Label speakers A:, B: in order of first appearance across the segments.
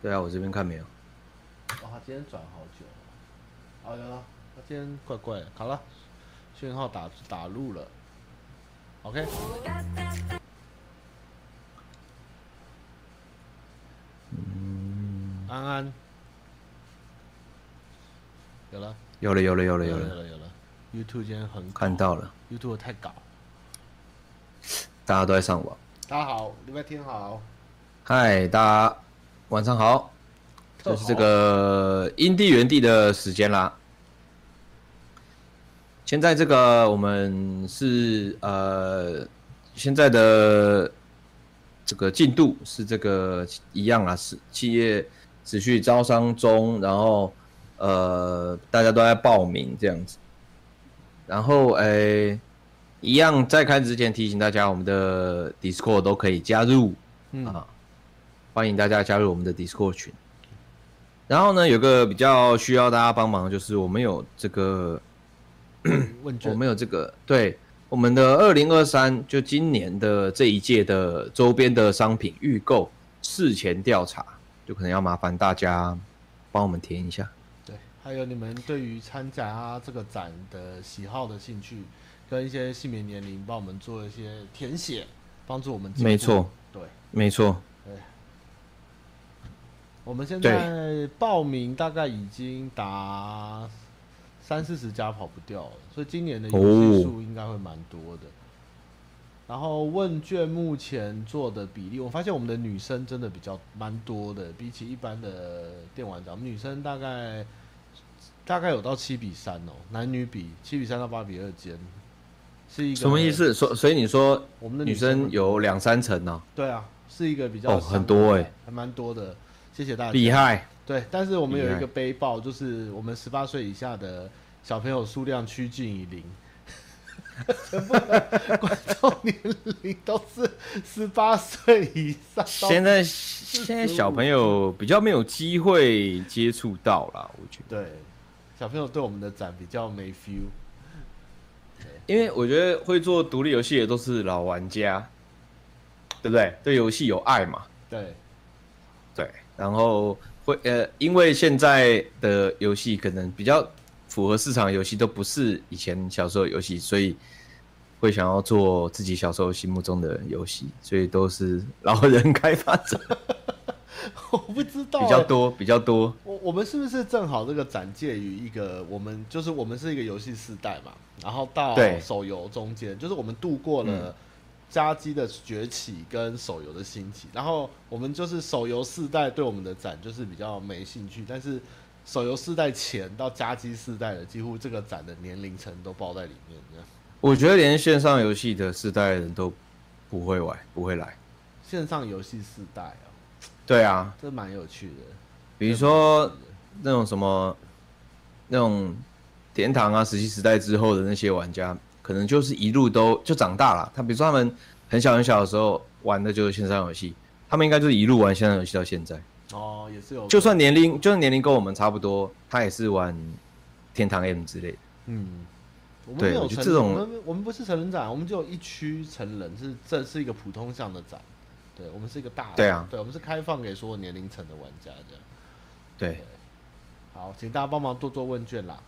A: 对啊，我这边看没有。
B: 哇，他今天转好久哦。哦，有了，他今天怪怪的。好了，讯号打打入了。OK。安
A: 嗯
B: 安。有了，
A: 有了，有了，有了，有
B: 有
A: 了，
B: 了，有了。YouTube 今天很搞
A: 看到了，
B: YouTube 太搞。
A: 大家都在上网。
B: 大家好，礼拜天好。
A: 嗨，大家晚上好，
B: 啊
A: 就是这个因地原地的时间啦。现在这个我们是呃，现在的这个进度是这个一样啊，是企业持续招商中，然后呃，大家都在报名这样子。然后诶、一样在开始之前提醒大家，我们的 Discord 都可以加入。
B: 嗯
A: 啊，欢迎大家加入我们的 Discord 群。然后呢，有个比较需要大家帮忙，就是我们有这个，
B: 嗯问
A: 我
B: 卷
A: 们有这个，对我们的二零二三，就今年的这一届的周边的商品预购事前调查，就可能要麻烦大家帮我们填一下。
B: 对，还有你们对于参加这个展的喜好的兴趣，跟一些姓名年龄，帮我们做一些填写，帮助我们进步
A: 没错，
B: 对。
A: 没错，
B: 我们现在报名大概已经达三四十家跑不掉了，所以今年的游
A: 哦
B: 戏数应该会蛮多的。然后问卷目前做的比例，我发现我们的女生真的比较蛮多的，比起一般的电玩展，我们女生大概大概有到七比三哦，男女比七比三到八比二间，是一个
A: 什么意？思？所所以你说
B: 我们的
A: 女
B: 生
A: 生有两三成呢、
B: 对啊，是一个比较
A: 哦很多
B: 哎、
A: 欸
B: 还蛮多的，谢谢大家，
A: 厉害，
B: 对，但是我们有
A: 厉
B: 一
A: 害
B: 个背报，就是我们十八岁以下的小朋友数量趋近于零，全部的观众年龄都是十八岁以上。
A: 现在现在小朋友比较没有机会接触到啦，我觉得。
B: 对，小朋友对我们的展比较没 feel。
A: 因为我觉得会做独立游戏的都是老玩家，对不对？对游戏有爱嘛，
B: 对，
A: 对。然后会呃，因为现在的游戏可能比较符合市场的游戏，都不是以前小时候的游戏，所以会想要做自己小时候心目中的游戏，所以都是老人开发者
B: 我不知道、
A: 比较
B: 欸
A: 多，比较多。
B: 我我们是不是正好这个展介于一个我们就是我们是一个游戏世代嘛，然后到
A: 对嗯
B: 手游中间，就是我们度过了家机的崛起跟手游的兴起，然后我们就是手游世代对我们的展就是比较没兴趣，但是手游世代前到家机世代的，几乎这个展的年龄层都包在里面。这样
A: 我觉得连线上游戏的世代的人都不会玩，不会来。
B: 线上游戏世代哦，
A: 对啊，
B: 这蛮有趣的。
A: 比如说那种什么那种天堂啊、石器时代之后的那些玩家，可能就是一路都就长大了。他比如说他们很小很小的时候玩的就是线上游戏，他们应该就是一路玩线上游戏到现在。
B: 哦，也是有可能，
A: 就算年龄就算年龄跟我们差不多，他也是玩天堂 M 之类的。
B: 嗯，我们
A: 对
B: 没有
A: 我觉
B: 成
A: 得这种
B: 我们我们不是成人展，我们只有一区成人，是这是一个普通项的展。对，我们是一个大的
A: 对啊
B: 对，我们是开放给所有年龄层的玩家这样。
A: 对，
B: 好，请大家帮忙多做问卷啦，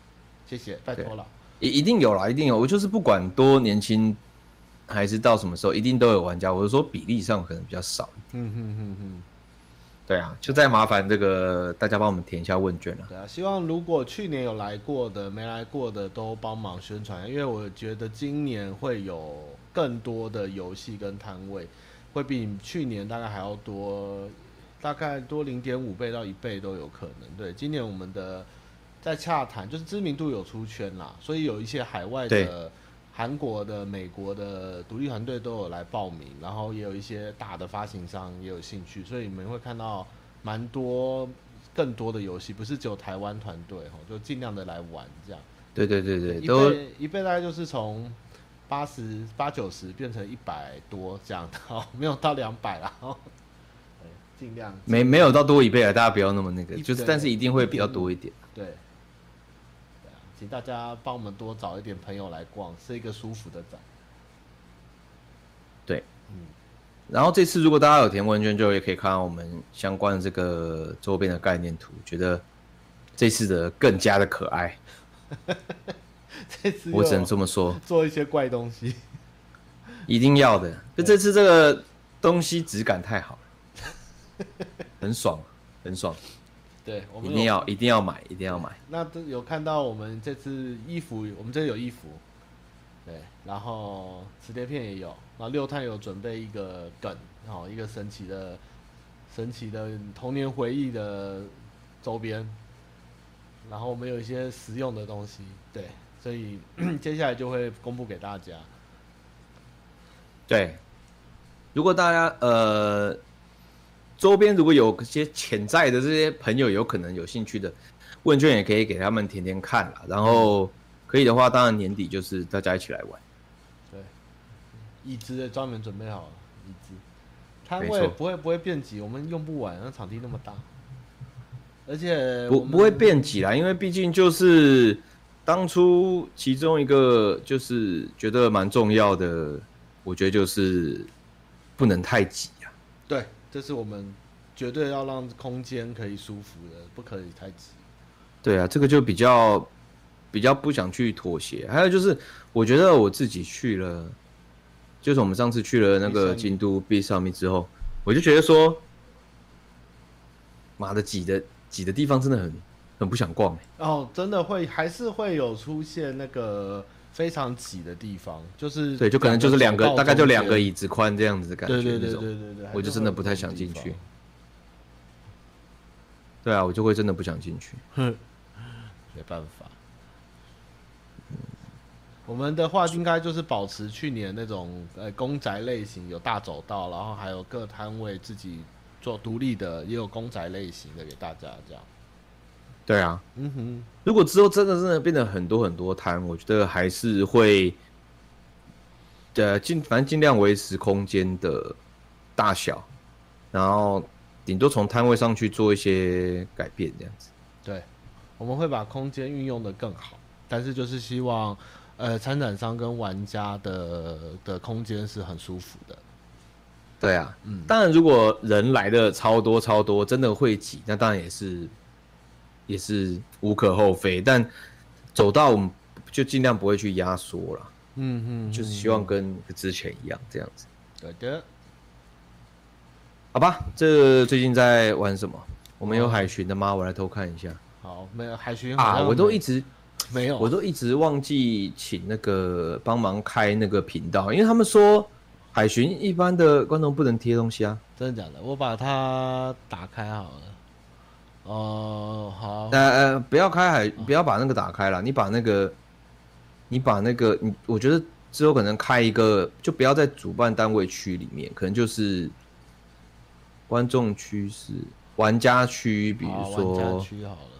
B: 谢谢，拜托了。
A: 一一定有啦，一定有。我就是不管多年轻还是到什么时候，一定都有玩家。我是说比例上可能比较少。
B: 嗯哼哼哼。
A: 对啊，就再麻烦这个大家帮我们填一下问卷了。
B: 对啊，希望如果去年有来过的、没来过的都帮忙宣传，因为我觉得今年会有更多的游戏跟摊位，会比去年大概还要多，大概多零点五倍到一倍都有可能。对，今年我们的在洽谈，就是知名度有出圈啦，所以有一些海外的
A: 对、
B: 韩国的、美国的独立团队都有来报名，然后也有一些大的发行商也有兴趣，所以你们会看到蛮多更多的游戏，不是只有台湾团队哦，就尽量的来玩这样。
A: 对对对对，
B: 一
A: 都
B: 倍一倍大概就是从八十八九十变成一百多这样， 然后没有到两百啦，然后对尽量
A: 没没有到多一倍啊，大家不要那么那个
B: 一，
A: 就是
B: 对
A: 但是一定会比较多一点。
B: 对。对啊，请大家帮我们多找一点朋友来逛，是一个舒服的展。
A: 对，
B: 嗯，
A: 然后这次如果大家有填问卷，就也可以看到我们相关的这个周边的概念图，觉得这次的更加的可爱。
B: 这次
A: 我只能这么说，
B: 做一些怪东西，
A: 一定要的。就这次这个东西质感太好
B: 了，
A: 很爽，很爽。
B: 对，我
A: 一
B: 们有
A: 定要一定要买，一定要买。
B: 那都有看到我们这次衣服，我们这里有衣服，对，然后磁碟片也有，然后六探有准备一个梗，哦，一个神奇的、神奇的童年回忆的周边，然后我们有一些实用的东西，对，所以 接下来就会公布给大家。
A: 对，如果大家呃周边如果有些潜在的这些朋友有可能有兴趣的，问卷也可以给他们填填看啦。然后可以的话，当然年底就是大家一起来玩。
B: 对，椅子也专门准备好了，椅子摊
A: 没
B: 位
A: 错
B: 不会不会变挤，我们用不完，那场地那么大，而且
A: 不
B: 我们
A: 不会变挤啦，因为毕竟就是当初其中一个就是觉得蛮重要的，我觉得就是不能太挤啊。
B: 对，这是我们绝对要让空间可以舒服的，不可以太挤。
A: 对啊，这个就比较比较不想去妥协。还有就是，我觉得我自己去了，就是我们上次去了那个
B: B-Summit
A: 京都 B 上面之后，我就觉得说，妈的挤的挤的地方真的很很不想逛、欸、
B: 哦，真的会还是会有出现那个非常挤的地方，就是
A: 对，就可能就是两个
B: 走，道
A: 大概就两
B: 中
A: 个
B: 间
A: 椅子宽这样子的感觉
B: 对
A: 那种。
B: 对对对对对，
A: 我就真的不太想进去。对啊，我就会真的不想进去。
B: 没办法。我们的话应该就是保持去年那种呃公宅类型，有大走道，然后还有各摊位自己做独立的，也有公宅类型的给大家这样。
A: 对啊，
B: 嗯哼，
A: 如果之后真的真的变得很多很多摊，我觉得还是会，呃，尽反正尽量维持空间的大小，然后顶多从摊位上去做一些改变，这样子。
B: 对，我们会把空间运用的更好，但是就是希望呃参展商跟玩家的的空间是很舒服的。
A: 对啊，嗯，当然如果人来的超多超多，真的会挤，那当然也是也是无可厚非，但走到我们就尽量不会去压缩了，
B: 嗯哼，
A: 就是希望跟之前一样这样子。
B: 对的。
A: 好吧，这最近在玩什么？我们有海巡的吗？我来偷看一下
B: 好，没有海巡好
A: 啊！
B: 像
A: 我都
B: 没
A: 一直
B: 没有，啊
A: 我都一直忘记请那个帮忙开那个频道，因为他们说海巡一般的观众不能贴东西啊。
B: 真的假的？我把它打开好了。哦，好，
A: 呃呃，不要开海，不要把那个打开了，你把那个，你把那个，你我觉得之后可能开一个，就不要在主办单位区里面，可能就是观众区是玩家区，比
B: 好
A: 如
B: 哦玩家
A: 说，
B: 区好了。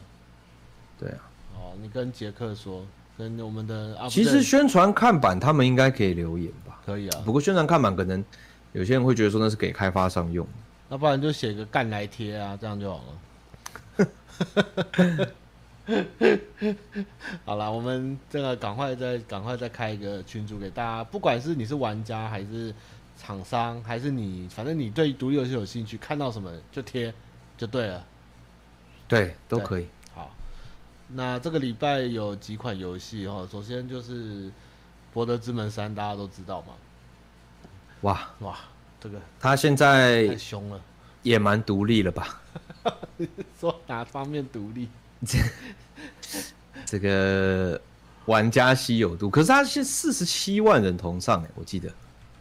A: 对啊。
B: 哦，你跟杰克说，跟我们的啊，
A: 其
B: 不
A: 实
B: 是
A: 宣传看板他们应该可以留言吧？
B: 可以啊
A: 不，过宣传看板可能有些人会觉得说那是给开发商用的，
B: 要不然就写个干来贴啊，这样就好了。 好啦，我们这个赶快再赶快再开一个群组给大家，不管是你是玩家还是厂商，还是你，反正你对独立游戏有兴趣，看到什么就贴就对了。
A: 对，都可以。
B: 好，那这个礼拜有几款游戏哈，首先就是《博德之门三》，大家都知道嘛，
A: 哇，
B: 哇，这个
A: 他现在
B: 太凶了，
A: 也蛮独立了吧？
B: 说哪方面独立？
A: 这个玩家稀有度，可是他现四十七万人同上哎、我记得。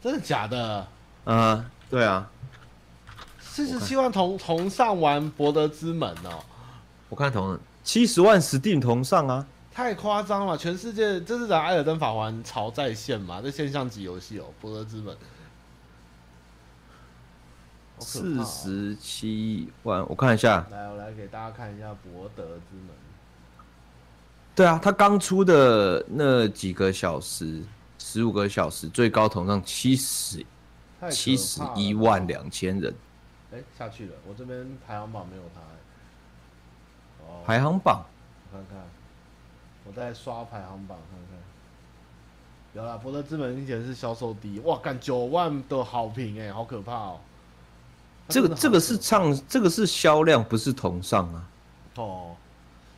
B: 真的假的？
A: 啊、对啊，
B: 四十七万同同上玩《博德之门》哦，
A: 我看同七十万 Steam 同上啊，
B: 太夸张了！全世界这是在《艾尔登法环》潮在线嘛？这现象级游戏哦，《博德之门》好可怕
A: 四
B: 哦
A: 十七万，我看一下。
B: 来，我来给大家看一下《博德之门》。
A: 对啊，他刚出的那几个小时，十五个小时，最高同上七十
B: 太可怕了
A: 七十一万两千人，
B: 哎、下去了，我这边排行榜没有它、哦，
A: 排行榜
B: 我看看，我在刷排行榜看看。有啦，博德资本目前是销售第一，哇，干九万的好评哎、好可怕哦、它
A: 这
B: 真的
A: 个
B: 好啊
A: 这个是唱，这个是销量，不是同上啊。
B: 哦，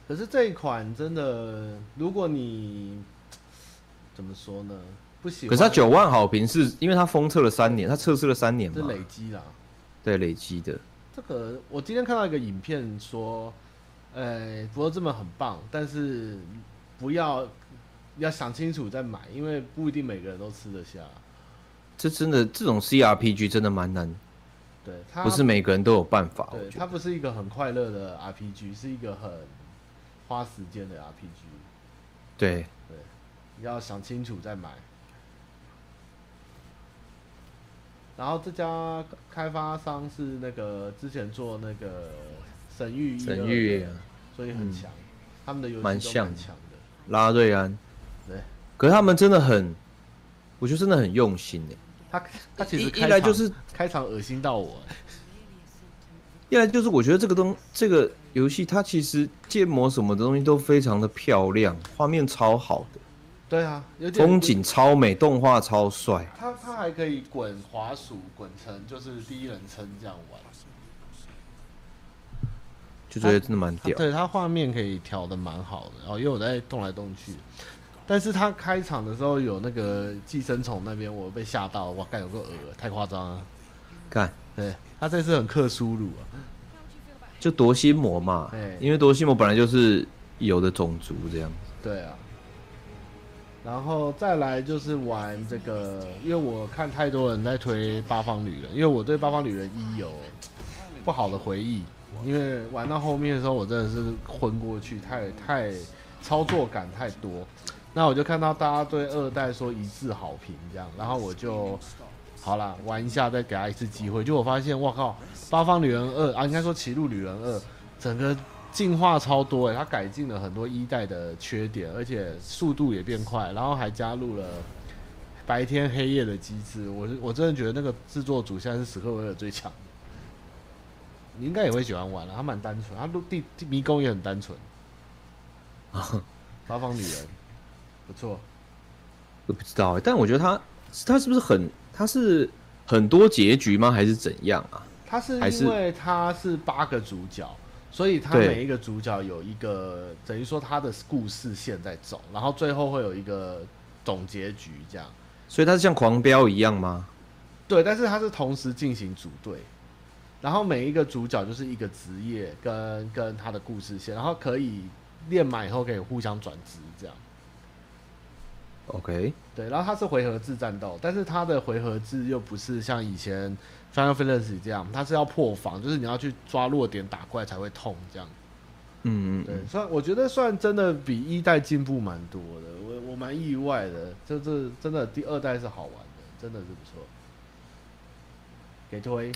B: 可是这一款真的，如果你怎么说呢，不喜欢，
A: 可是它九万好评是因为它封测了三年，它测试了三年
B: 这
A: 嘛，
B: 累积啦。
A: 对累积的。
B: 这个我今天看到一个影片说，呃，博德资本很棒，但是不要要想清楚再买，因为不一定每个人都吃得下。
A: 这真的这种 CRPG 真的蛮难，
B: 对，它
A: 不是每个人都有办法。我
B: 对，
A: 觉
B: 它
A: 得
B: 不是一个很快乐的 RPG，是一个很花时间的 RPG。
A: 对，
B: 要想清楚再买。然后这家开发商是那个之前做那个《神域》《
A: 神域》，嗯
B: 所以很强，他们的游戏都
A: 蛮
B: 蛮
A: 像
B: 强
A: 的
B: 的。
A: 拉瑞安，
B: 对，
A: 可是他们真的很，我觉得真的很用心诶。
B: 他他其实
A: 一一
B: 开
A: 来
B: 场
A: 就是
B: 开场恶心到我，
A: 一来就是我觉得这个东这个游戏它其实建模什么的东西都非常的漂亮，画面超好的，
B: 对啊，有点
A: 风。景超美，动画超帅。
B: 他他还可以滚滑鼠滚成就是第一人称这样玩，
A: 就觉得真的蛮屌。
B: 啊对它画面可以调的蛮好的，然、后因为我在动来动去，但是它开场的时候有那个寄生虫那边，我被吓到，哇，干有个鹅，太夸张了。
A: 看，
B: 对，它这次很克苏鲁啊，
A: 就夺心魔嘛
B: 对，
A: 因为夺心魔本来就是有的种族这样。
B: 对啊。然后再来就是玩这个，因为我看太多人在推《八方旅人》，因为我对《八方旅人一》有不好的回忆，因为玩到后面的时候，我真的是昏过去，太太操作感太多。那我就看到大家对二代说一致好评这样，然后我就好啦，玩一下再给他一次机会。就我发现，我靠，《八方旅人二》啊，应该说《歧路旅人二》，整个进化超多诶、欸它改进了很多一代的缺点，而且速度也变快，然后还加入了白天黑夜的机制。我是我真的觉得那个制作组现在是史克威尔最强的。你应该也会喜欢玩了、它蛮单纯，它陆地地迷宫也很单纯。八方旅人不错，
A: 我不知道欸，但我觉得他他是不是很他是很多结局吗？还是怎样啊？
B: 它是
A: 还是
B: 因为它是八个主角，所以它
A: 对
B: 每一个主角有一个等于说它的故事线在走，然后最后会有一个总结局这样。
A: 所以他是像狂飙一样吗？
B: 对，但是它是同时进行组队，然后每一个主角就是一个职业跟跟他的故事线，然后可以练满以后可以互相转职这样。
A: OK，
B: 对，然后它是回合制战斗，但是它的回合制又不是像以前 Final Fantasy 这样，它是要破防，就是你要去抓弱点打怪才会痛这样。
A: 嗯嗯
B: 对
A: 嗯，，
B: 算我觉得算真的比一代进步蛮多的，我我蛮意外的，这这真的第二代是好玩的，真的是不错。给推，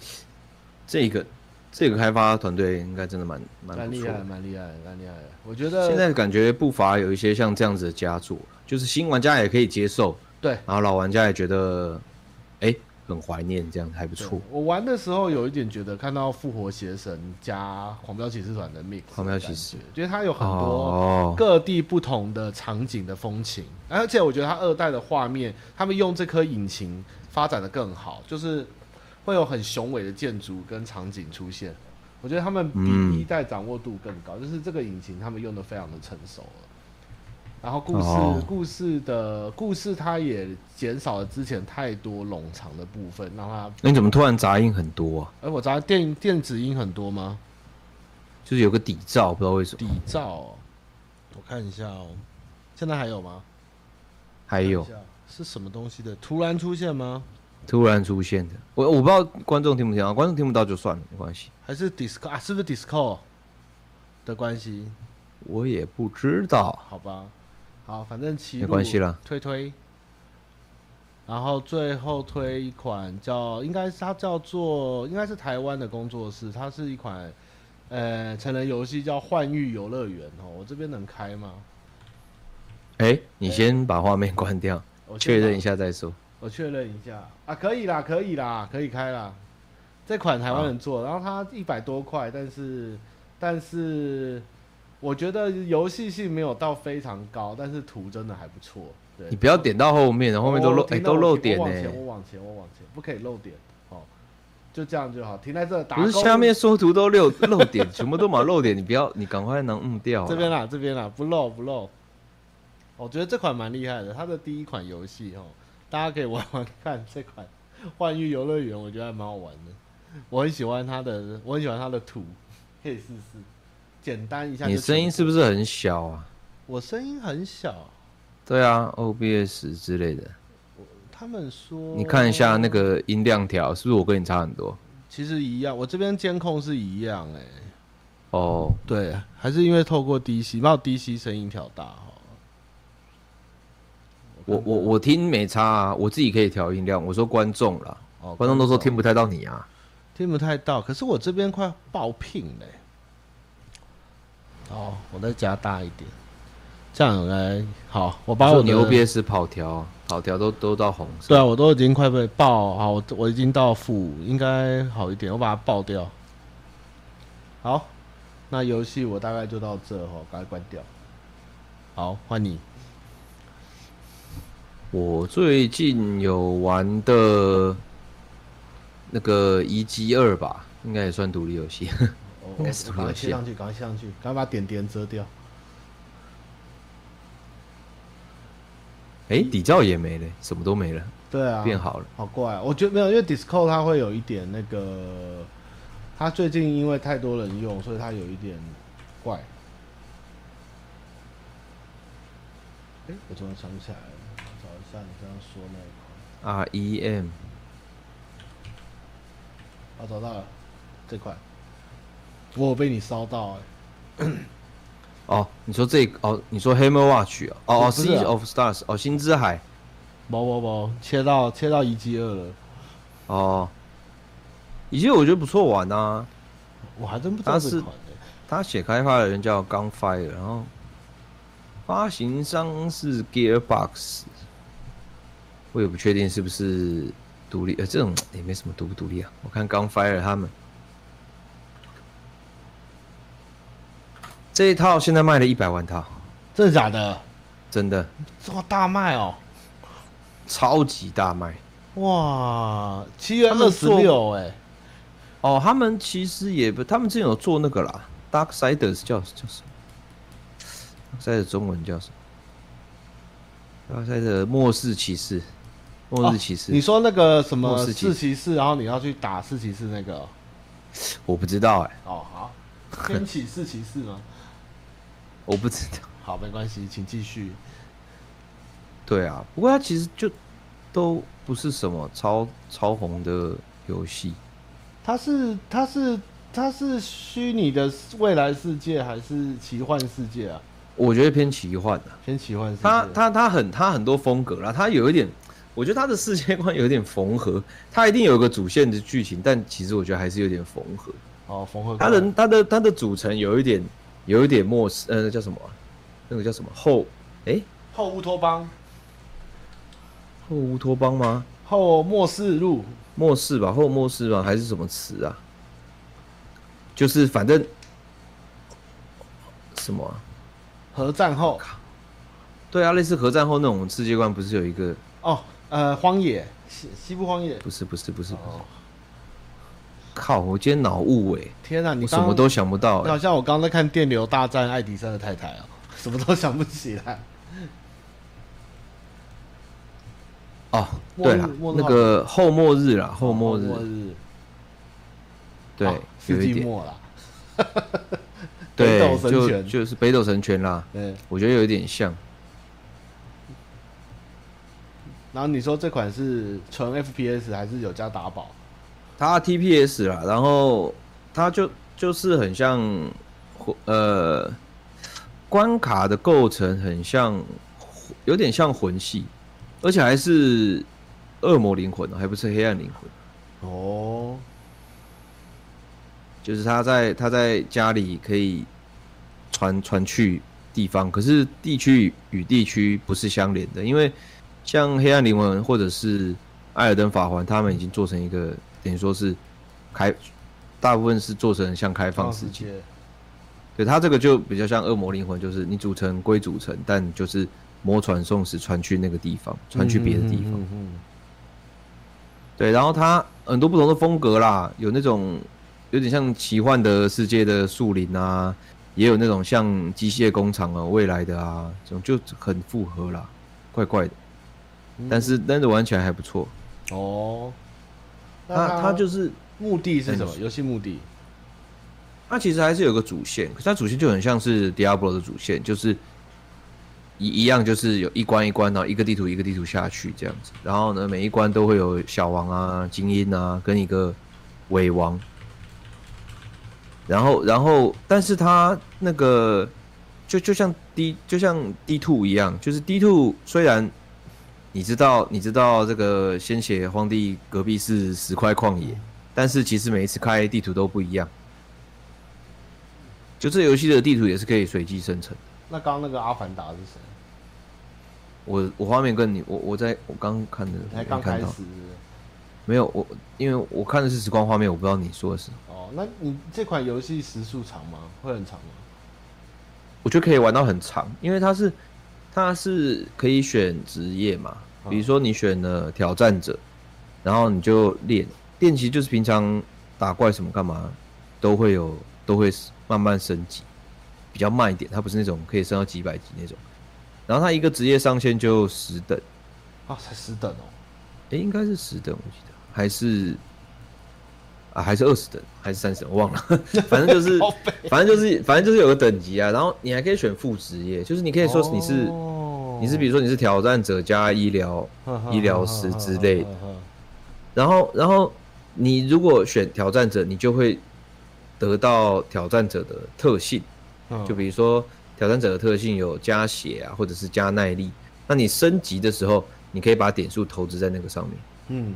A: 这个这个开发团队应该真的蛮蛮
B: 蛮
A: 不
B: 厉
A: 错
B: 害，
A: 的。
B: 蛮厉害，蛮厉害的。我觉得
A: 现在感觉不乏有一些像这样子的佳作，就是新玩家也可以接受，
B: 对
A: 然后老玩家也觉得哎、很怀念，这样还不
B: 对
A: 错。
B: 我玩的时候有一点觉得看到复活邪神加狂飙骑士团的 mix，
A: 狂飙骑士
B: 的感觉，因为它有很多
A: 哦，
B: 各地不同的场景的风情，而且我觉得它二代的画面，他们用这颗引擎发展的更好，就是会有很雄伟的建筑跟场景出现。我觉得他们
A: 嗯
B: 比一代掌握度更高，就是这个引擎他们用的非常的成熟了。然后故事、
A: 哦
B: 故事的故事，它也减少了之前太多冗长的部分，让它。
A: 那你怎么突然杂音很多啊？
B: 哎、我查电电子音很多吗？
A: 就是有个底噪，不知道为什么。
B: 底噪哦、我看一下哦，现在还有吗？
A: 还有
B: 看一下是什么东西的突然出现吗？
A: 突然出现的，我我不知道观众听不听啊到，观众听不到就算了，没关系。
B: 还是 disco 啊？是不是 disco 的关系？
A: 我也不知道，
B: 好吧，好，反正骑
A: 没关系啦，
B: 推推。然后最后推一款叫，应该是它叫做，应该是台湾的工作室，它是一款呃成人游戏叫《幻域游乐园》哦，我这边能开吗？
A: 哎、你先把画面关掉，
B: 我先
A: 确认一
B: 拿，
A: 下再说。
B: 我确认一下啊，可以啦，可以啦，可以开啦。这款台湾人做，
A: 啊
B: 然后它一百多块，但是但是我觉得游戏性没有到非常高，但是图真的还不错。对，
A: 你不要点到后面，后面都
B: 我
A: 漏，
B: 听
A: 哎，
B: 到
A: 都
B: 我
A: 漏
B: 听
A: 点
B: 我往
A: 呢
B: 前，。我往前，我往前，不可以漏点哦。就这样就好，停在这打
A: 不
B: 勾。
A: 是下面缩图都 漏漏点，全部都满漏点，你不要，你赶快能嗯掉啦。
B: 这边啦，这边啦，不漏不漏。哦我觉得这款蛮厉害的，它的第一款游戏哦，大家可以玩玩看这款《幻域游乐园》，我觉得还蛮好玩的。我很喜欢它的，我很喜欢它的图，可以试试。简单一下就
A: 你
B: 全部。
A: 声音是不是很小啊？
B: 我声音很小，
A: 对啊，OBS 之类的，
B: 他们说
A: 你看一下那，个音量条，是不是我跟你差很多？
B: 其实一样，我这边监控是一样哎、
A: 哦，
B: 对，还是因为透过 DC，把我 DC 声音调大哦哈。
A: 我我我听没差啊，我自己可以调音量。我说观众啦，
B: 我
A: 观众都说听不太到你啊。
B: 听不太到，可是我这边快爆屏嘞、哦，我再加大一点，这样来好，我把
A: 说
B: 我
A: 你
B: 的
A: OBS 跑调啊，跑调都都到红色。
B: 对啊，我都已经快被爆好，我我已经到负，应该好一点，我把它爆掉。好，那游戏我大概就到这哦，赶快关掉。好，换你。
A: 我最近有玩的那个《遗迹二》吧，应该也算独立游戏。
B: 哦
A: 应该
B: 我
A: 是
B: 我
A: 发
B: 赶快切
A: 现
B: 上去，赶快切上去，赶快把点点遮掉。
A: 哎、底噪也没了，什么都没了，
B: 对啊，
A: 变好了。
B: 好怪、我觉得没有，因为 Discord 它会有一点那个，它最近因为太多人用，所以它有一点怪。哎、我突然想起来了，找一下你刚刚说那一款，
A: R E M
B: 啊，找到了，这款，我有被你烧到哎、
A: 哦，你说这个哦，你说 Hammer Watch 哦哦哦
B: 不是啊
A: ，Sea of Stars 哦，星之海
B: 某某某，切到切到一 G 二了，
A: 哦，以前我觉得不错玩啊。
B: 我还真不知道
A: 它
B: 这
A: 是
B: 款哎、
A: 他写开发的人叫 Gunfire，然后发行商是 Gearbox，我也不确定是不是独立，呃，这种也没什么独不独立啊。我看 Gunfire 他们这一套现在卖了一百万套，
B: 真的假的？
A: 真的
B: 这么大卖哦、
A: 超级大卖
B: 哇，七月
A: 他
B: 二
A: 们
B: 十
A: 做
B: 六哎，
A: 哦。他们其实也不，他们之前有做那个啦，Dark Siders 叫叫什么？Dark Siders 中文叫什么？Dark Siders 末世骑士，末日骑士。
B: 哦你说那个什么
A: 末世骑
B: 四骑士，然后你要去打四骑士那个哦，
A: 我不知道哎、
B: 哦 好，天启四骑士吗？
A: 我不知道。
B: 好，没关系，请继续。
A: 对啊，不过它其实就都不是什么超超红的游戏，
B: 它是它是它是虚拟的未来世界还是奇幻世界啊？
A: 我觉得偏奇幻啊。
B: 偏奇幻世界。
A: 它它它很它很多风格啦，它有一点，我觉得它的世界观有点缝合，它一定有一个主线的剧情，但其实我觉得还是有点缝合。
B: 哦，缝合
A: 它的它的它的组成有一点有一点末世，呃，叫什么啊、那个叫什么后哎、
B: 后乌托邦
A: 后乌托邦吗？
B: 后末世录
A: 末世吧，后末世吧，还是什么词啊？就是反正什么、啊？
B: 核战后
A: 对啊，类似核战后那种世界观，不是有一个？
B: 哦呃荒野西西部荒野。
A: 不是，不是，不是，不是。
B: 哦
A: 靠！我今天脑雾哎，
B: 天啊哪、你
A: 我什
B: 刚
A: 么都想不到、
B: 好
A: 欸。
B: 像我刚刚在看《电流大战爱迪生的太太》啊，什么都想不起来。
A: 哦，
B: 末
A: 对
B: 日
A: 啦，
B: 末日
A: 那个后末日啦，后末日，
B: 哦末日
A: 对，
B: 啊
A: 有
B: 世
A: 一
B: 纪
A: 点，
B: 末啦，北
A: 对，
B: 斗神
A: 就
B: 拳
A: 就是北斗神拳啦，
B: 嗯，
A: 我觉得有一点像。
B: 然后你说这款是纯 FPS 还是有加打宝？
A: 它 TPS 啦，然后它就就是很像，呃，关卡的构成很像，有点像魂系，而且还是恶魔灵魂哦，还不是黑暗灵魂，
B: 哦，
A: 就是他在他在家里可以传传去地方，可是地区与地区不是相连的，因为像黑暗灵魂或者是艾尔登法环，他们已经做成一个等于说是开，大部分是做成像开放世
B: 嗯
A: 界，
B: 界
A: 对它这个就比较像恶魔灵魂，就是你组成归组成，但就是魔传送时传去那个地方，传去别的地方。
B: 嗯嗯
A: 对，然后它很多不同的风格啦，有那种有点像奇幻的世界的树林啊，也有那种像机械工厂啊、未来的啊，这种就很复合啦，怪怪的，
B: 嗯
A: 但是但是玩起来还不错。
B: 哦，
A: 它它就是是
B: 目的是
A: 哎
B: 什
A: 你
B: 么？
A: 说
B: 游戏目的？
A: 它其实还是有个主线，可是它主线就很像是 Diablo 的主线，就是一一样，就是有一关一关，然后一个地图一个地图下去这样子。然后呢，每一关都会有小王啊、精英啊，跟一个伪王。然后，然后，但是它那个就就像 D 就像 D two 一样，就是 D two 虽然你知道你知道这个鲜血荒地隔壁是石块旷野，但是其实每一次开地图都不一样。就这游戏的地图也是可以随机生成。
B: 那刚刚那个阿凡达是谁？
A: 我我画面跟你我我在我刚看的，
B: 你才
A: 没
B: 刚开
A: 看
B: 始
A: 到
B: 是不是
A: 没有我因为我看的是时光画面，我不知道你说的是。
B: 哦，那你这款游戏时速长吗？会很长吗？
A: 我觉得可以玩到很长，因为它是它是可以选职业嘛，
B: 啊
A: 比如说你选了挑战者，然后你就练练习，就是平常打怪什么干嘛都会有都会慢慢升级，比较慢一点，它不是那种可以升到几百级那种。然后它一个职业上限就十等，
B: 啊，才十等哦。
A: 诶，应该是十等，我记得还是啊，还是二十等，还是三十等，我忘了。 反正 就是
B: 靠北，
A: 反正就是，反正就是有个等级啊。然后你还可以选副职业，就是你可以说你是、
B: 哦
A: 你是，比如说你是挑战者加医疗，
B: 呵呵
A: 医疗
B: 呵
A: 师
B: 呵
A: 之
B: 呵
A: 类
B: 呵呵
A: 然后然后你如果选挑战者，你就会得到挑战者的特性，
B: 嗯
A: 就比如说挑战者的特性有加血啊，或者是加耐力。那你升级的时候，你可以把点数投资在那个上面。
B: 嗯，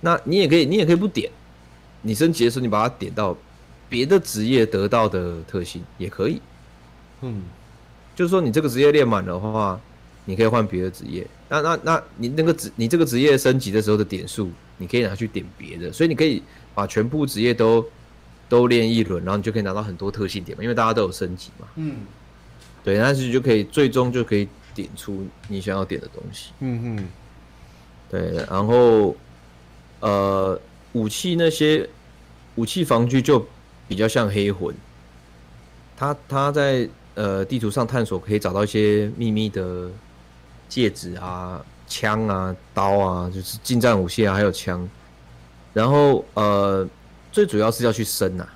A: 那你也可以，你也可以不点，你升级的时候你把它点到别的职业得到的特性也可以。
B: 嗯，
A: 就是说你这个职业练满的话，你可以换别的职业。那那那你那个职你这个职业升级的时候的点数，你可以拿去点别的，所以你可以把全部职业都都练一轮，然后你就可以拿到很多特性点嘛，因为大家都有升级嘛。
B: 嗯，
A: 对，但是就可以最终就可以点出你想要点的东西。
B: 嗯嗯，
A: 对，然后呃，武器那些武器防具就比较像黑魂，他他在呃地图上探索可以找到一些秘密的戒指啊、枪啊、刀啊，就是近战武器啊，还有枪。然后呃，最主要是要去升啊，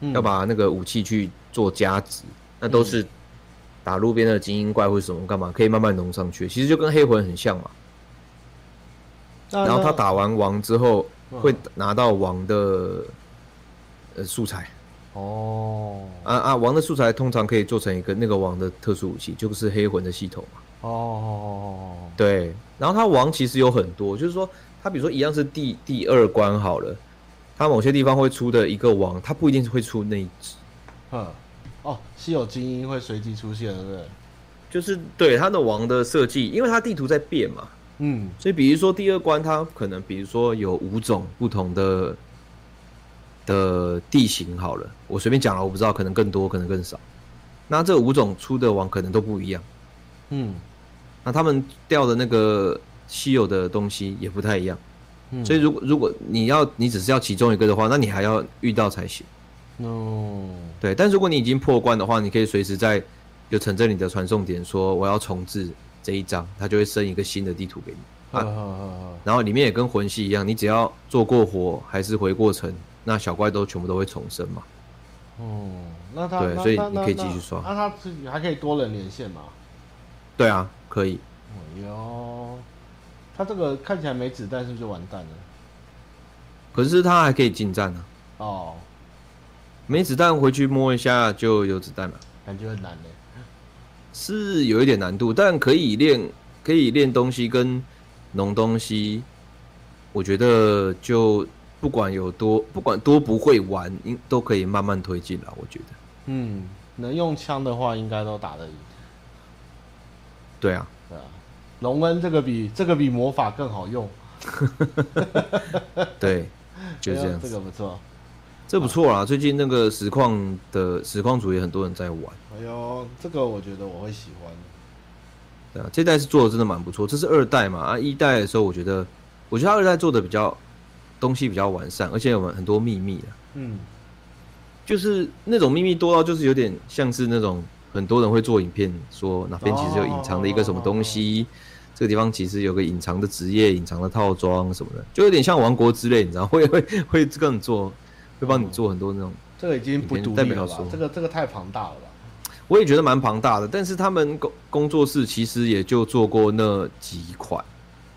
B: 嗯
A: 要把那个武器去做加值，那都是打路边的精英怪或者什么干嘛，可以慢慢弄上去。其实就跟黑魂很像嘛。
B: 那
A: 然后他
B: 那
A: 打完王之后，
B: 嗯
A: 会拿到王的呃素材
B: 哦
A: 啊啊，王的素材通常可以做成一个那个王的特殊武器，就是黑魂的系统嘛。
B: 哦哦，
A: 对，然后他王其实有很多，就是说他比如说一样是第第二关好了，他某些地方会出的一个王，他不一定是会出那一只，
B: 嗯，哦，稀有精英会随机出现，对不对？
A: 就是对他的王的设计，因为他地图在变嘛，
B: 嗯
A: 所以比如说第二关，它可能比如说有五种不同的的地形好了，我随便讲了，我不知道，可能更多，可能更少。那这五种出的网可能都不一样，
B: 嗯
A: 那他们掉的那个稀有的东西也不太一样。
B: 嗯，
A: 所以如果如果你要你只是要其中一个的话，那你还要遇到才行。
B: 嗯
A: 对，但如果你已经破关的话，你可以随时在就城镇里的传送点说我要重置这一章，它就会生一个新的地图给你。
B: 呵呵呵
A: 然后里面也跟魂系一样，你只要做过活还是回过城，那小怪都全部都会重生嘛。
B: 呵哦，那他
A: 对
B: 那
A: 所以
B: 那
A: 你
B: 那
A: 可以继
B: 那
A: 续刷
B: 那他自己还可以多人连线嘛？
A: 对啊，可以。
B: 哦哟，他这个看起来没子弹，是不是就完蛋了？
A: 可是它还可以近战啊，
B: 哦，
A: 没子弹回去摸一下就有子弹了，
B: 感觉很难嘞。
A: 是有一点难度，但可以练，可以练东西跟农东西。我觉得就不管有多不管多不会玩，应都可以慢慢推进了。我觉得，
B: 嗯，能用枪的话，应该都打得赢。
A: 对啊，
B: 对啊，龙恩这个比这个比魔法更好用，
A: 对，就这
B: 哎呦
A: 样
B: 这
A: 子，
B: 个不错。
A: 这不错啊啦。最近那个实况的实况组也很多人在玩。
B: 哎呦，这个我觉得我会喜欢。
A: 对啊，这代是做的真的蛮不错，这是二代嘛啊，一代的时候我觉得，我觉得它二代做的比较东西比较完善，而且有很多秘密啊，
B: 嗯，
A: 就是那种秘密多到就是有点像是那种很多人会做影片说哪边其实有隐藏的一个什么东西，这个地方其实有个隐藏的职业、隐藏的套装什么的，就有点像王国之类，你知道 会会会跟你做，会帮你做很多那种。
B: 这个已经不
A: 你
B: 独
A: 代
B: 立
A: 表
B: 了吧
A: 说？
B: 这个这个太庞大了吧？
A: 我也觉得蛮庞大的，但是他们工工作室其实也就做过那几款，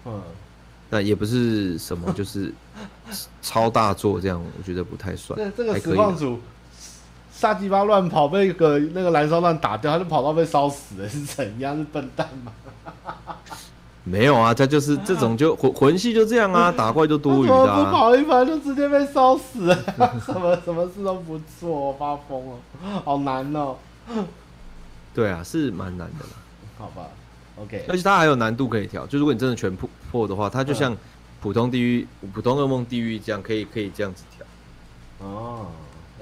B: 嗯，
A: 那也不是什 么就是超大作这样，我觉得不太算
B: 这。这个
A: 还可
B: 实
A: 以
B: 况
A: 啦。
B: 组杀鸡巴乱跑，被个那个燃烧弹打掉，他就跑到被烧死了，是怎样？是笨蛋吗？
A: 没有啊，他就是这种 就魂魂系就这样啊，打怪就多余
B: 他
A: 的
B: 怎么不
A: 啊。
B: 跑一盘就直接被烧死了？ 什么什么事都不做，我发疯了，好难哦。
A: 对啊，是蛮难的啦。
B: 好吧，OK，
A: 而且它还有难度可以调，就如果你真的全破破的话，它就像
B: 嗯
A: 普通地狱、普通噩梦地狱这样，可以可以这样子调。
B: 哦，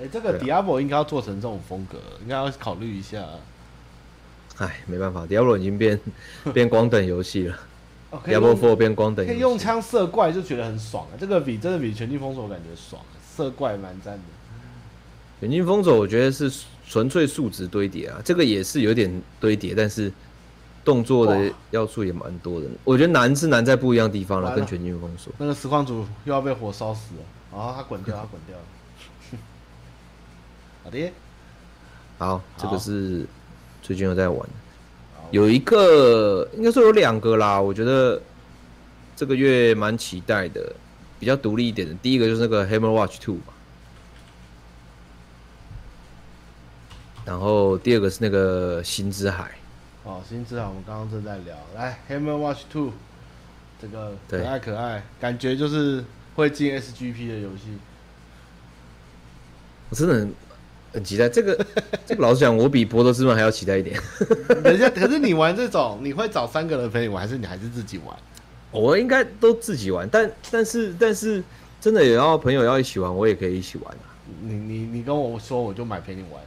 B: 哎、这个
A: 对啊
B: Diablo 应该要做成这种风格，应该要考虑一下。
A: 唉，没办法，Diablo 已经变 变光等游戏了
B: 哦，可以
A: ，Diablo
B: 用
A: Four 变光等
B: 可
A: 游戏。
B: 以用枪射怪就觉得很爽啊，这个比真的比全境封锁感觉爽、啊，射怪蛮赞的。
A: 远近封锁，我觉得是纯粹数值堆叠啊，这个也是有点堆叠，但是动作的
B: 哇
A: 要素也蛮多的。我觉得难是难在不一样的地方
B: 完
A: 了，
B: 了
A: 跟全境封锁。
B: 那个实况组又要被火烧死了，然、后他滚掉，他滚掉。 好的，
A: 好，这
B: 好
A: 个是最近又在玩的
B: 好，
A: 有一个应该说有两个啦，我觉得这个月蛮期待的，比较独立一点的。第一个就是那个 Hammer Watch Two 嘛，然后第二个是那个星之海。
B: 哦，新之海我们刚刚正在聊，来 Hammer Watch Two，这个
A: 对
B: 可爱可爱，感觉就是会进 SGP 的游 戏。
A: 我真的很很期待这个。 这个老实讲，我比《博德之门》还要期待一点。
B: 等一下，可是你玩这种，你会找三个人陪你玩，还是你还是自己玩？
A: 我应该都自己玩，但但是但是真的也要朋友要一起玩，我也可以一起玩 啊。
B: 你你你跟我说，我就买陪你玩。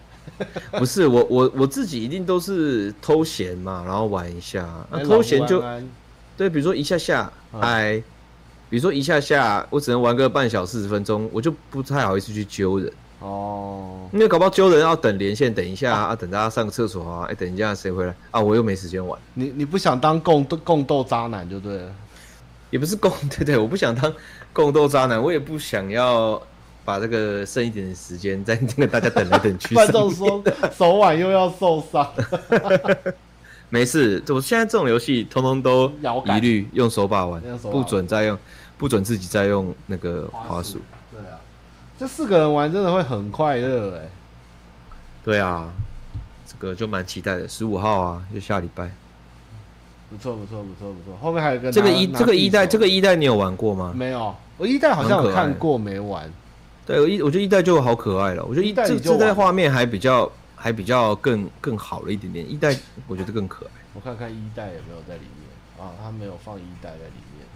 A: 不是我我我自己一定都是偷闲嘛，然后玩一下。那、
B: 哎
A: 偷闲就
B: 老胡安安
A: 对，比如说一下下
B: 嗯
A: 嗨、比如说一下下，我只能玩个半小时十分钟，我就不太好意思去揪人，
B: 哦，
A: 因为搞不好揪人要等连线，等一下啊等大家上个厕所啊，哎、等一下谁回来啊，我又没时间玩。
B: 你你不想当共斗共斗渣男就对了。
A: 也不是共 对对，我不想当共斗渣男，我也不想要把这个剩一点的时间在那个大家等来等去上
B: 观
A: 面。
B: 众说手腕又要受伤，
A: 没事，我现在这种游戏通通都
B: 摇杆
A: 一律用手把玩
B: 用，手把
A: 不
B: 玩
A: 准再用，不准自己再用那个滑鼠。。
B: 对啊，这四个人玩真的会很快乐哎、
A: 对啊，这个就蛮期待的。十五号啊，就下礼拜。
B: 不错不错不错不错。后面还有一个
A: 这个
B: 拿
A: 一
B: 拿
A: 这个一代
B: 匕首
A: 这个一代你有玩过吗？
B: 没有，我一代好像有看过没玩。
A: 对，我一我觉得一代就好可爱了。我觉得
B: 一
A: 一
B: 代
A: 这
B: 你就
A: 这代
B: 玩
A: 画面还比较还比较更更好了一点点，一代我觉得更可爱。
B: 我看看一代有没有在里面啊？他没有放一代在里面，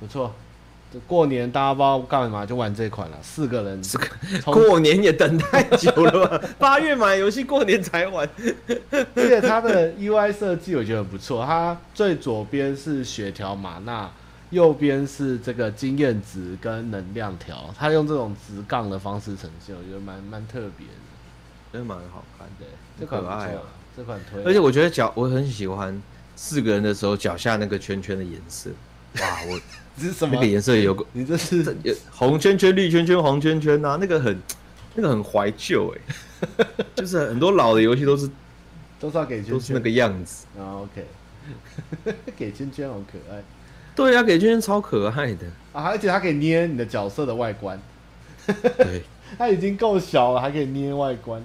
B: 不错。这过年大家不知道干嘛就玩这款了，四个人
A: 这个
B: 从
A: 过年也等太久了吧？ 八月买游戏，过年才玩。
B: 而且它的 E UI 设计我觉得很不错，它最左边是血条玛纳，右边是这个经验值跟能量条，它用这种直杠的方式呈现，我觉得蛮蛮特别的。
A: 真的蛮好看
B: 对，这款不
A: 可爱
B: 错
A: 啊，
B: 这款推
A: 的，
B: 了。
A: 而且我觉得脚我很喜欢四个人的时候脚下那个圈圈的颜色。哇，我
B: 这是 什
A: 那
B: 么
A: 个？颜色有个
B: 你这是
A: 有红圈圈、绿圈圈、黄圈圈呐、那个很那个很怀旧哎， 就是很多老的游戏都是
B: 多少给圈
A: 都是那
B: 圈
A: 个？样子。
B: 啊，OK，给圈圈好可爱
A: 对啊，给圈圈超可爱的。
B: 啊！而且它可以捏你的角色的外观，
A: 对，
B: 它已经够小了，还可以捏外观。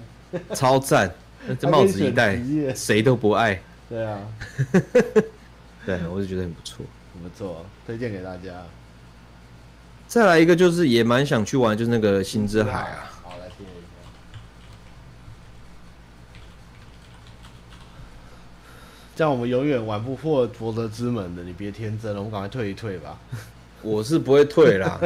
A: 超赞。那这帽子一戴
B: 还可以选职业，
A: 谁都不爱。
B: 对啊，
A: 对，我就觉得很不错。
B: 很不错，推荐给大家。
A: 再来一个就是也蛮想去玩，就是那个星之海啊。
B: 好，来听一下。这样我们永远玩不破博德之门的，你别天真了，我们赶快退一退吧。
A: 我是不会退啦，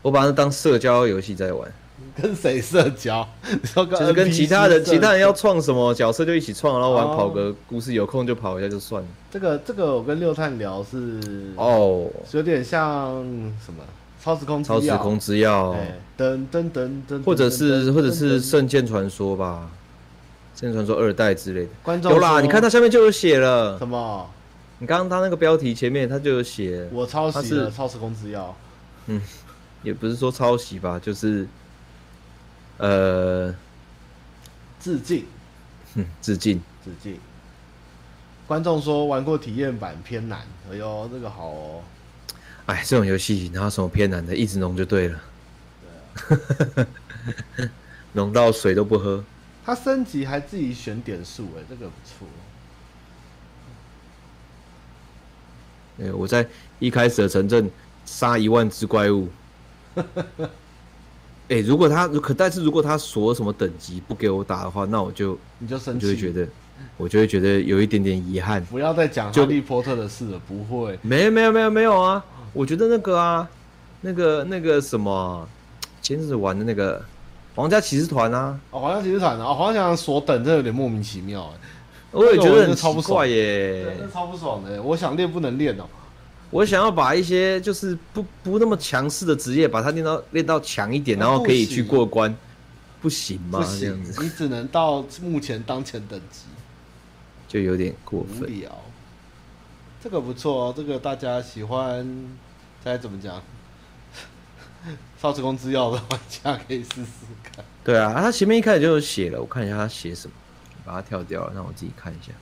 A: 我把它当社交游戏在玩。
B: 跟谁社交？你说跟
A: 就是跟
B: NPC
A: 其他人，
B: 社
A: 其他人要创什么角色就一起创，然后玩
B: 哦
A: 跑个故事，有空就跑一下就算了。
B: 这个这个我跟六探聊是
A: 哦，
B: 有点像什么超时空之
A: 超时
B: 钥
A: 空之钥，
B: 哎噔噔噔噔，
A: 或者是
B: 噔
A: 或者是
B: 噔噔
A: 圣剑传说吧，圣剑传说二代之类的。
B: 观众
A: 有啦，
B: 说
A: 你看它下面就有写了
B: 什。么？
A: 你刚刚它那个标题前面它就有写，
B: 我抄袭
A: 他
B: 了
A: 是
B: 超时空之钥，
A: 也不是说抄袭吧，就是呃，
B: 致敬
A: 哼致敬。
B: 致敬。观众说玩过体验版偏难，哎呦，这个好哦。
A: 哎，这种游戏哪有什么偏难的，一直弄就对了。 弄到水都不喝。
B: 他升级还自己选点数，哎，这个不错。
A: 对，哎我在一开始的城镇杀一万只怪物。 哎、如果他可，但是如果他锁什么等级不给我打的话，那我就
B: 你就
A: 我
B: 生
A: 就
B: 气，
A: 会觉得，我就会觉得有一点点遗憾。
B: 不要再讲哈
A: 就
B: 利波特的事了，不会。
A: 没有没有没有没有啊！我觉得那个啊，那个那个什么，前阵子玩的那个《皇家骑士团》啊，
B: 哦，皇家骑士团啊，哦皇家骑士团所等，真的有点莫名其妙，哎，
A: 我也觉得很
B: 超不
A: 奇
B: 爽
A: 怪
B: 对
A: 耶、
B: 真的超不爽的。哎我想练不能练哦，
A: 我想要把一些就是不不那么强势的职业，把它练到练到强一点，
B: 那
A: 然后
B: 不
A: 可以
B: 行
A: 去过关，啊不行吗
B: 不？
A: 这
B: 行
A: 样子，
B: 你只能到目前当前等级，
A: 就有点过
B: 无
A: 分。
B: 聊。这个不错哦，这个大家喜欢，该怎么讲？ 少时空之钥的玩家可以试试看。
A: 对啊，他前面一开始就有写了，我看一下他写什么，把它跳掉了，让我自己看一下。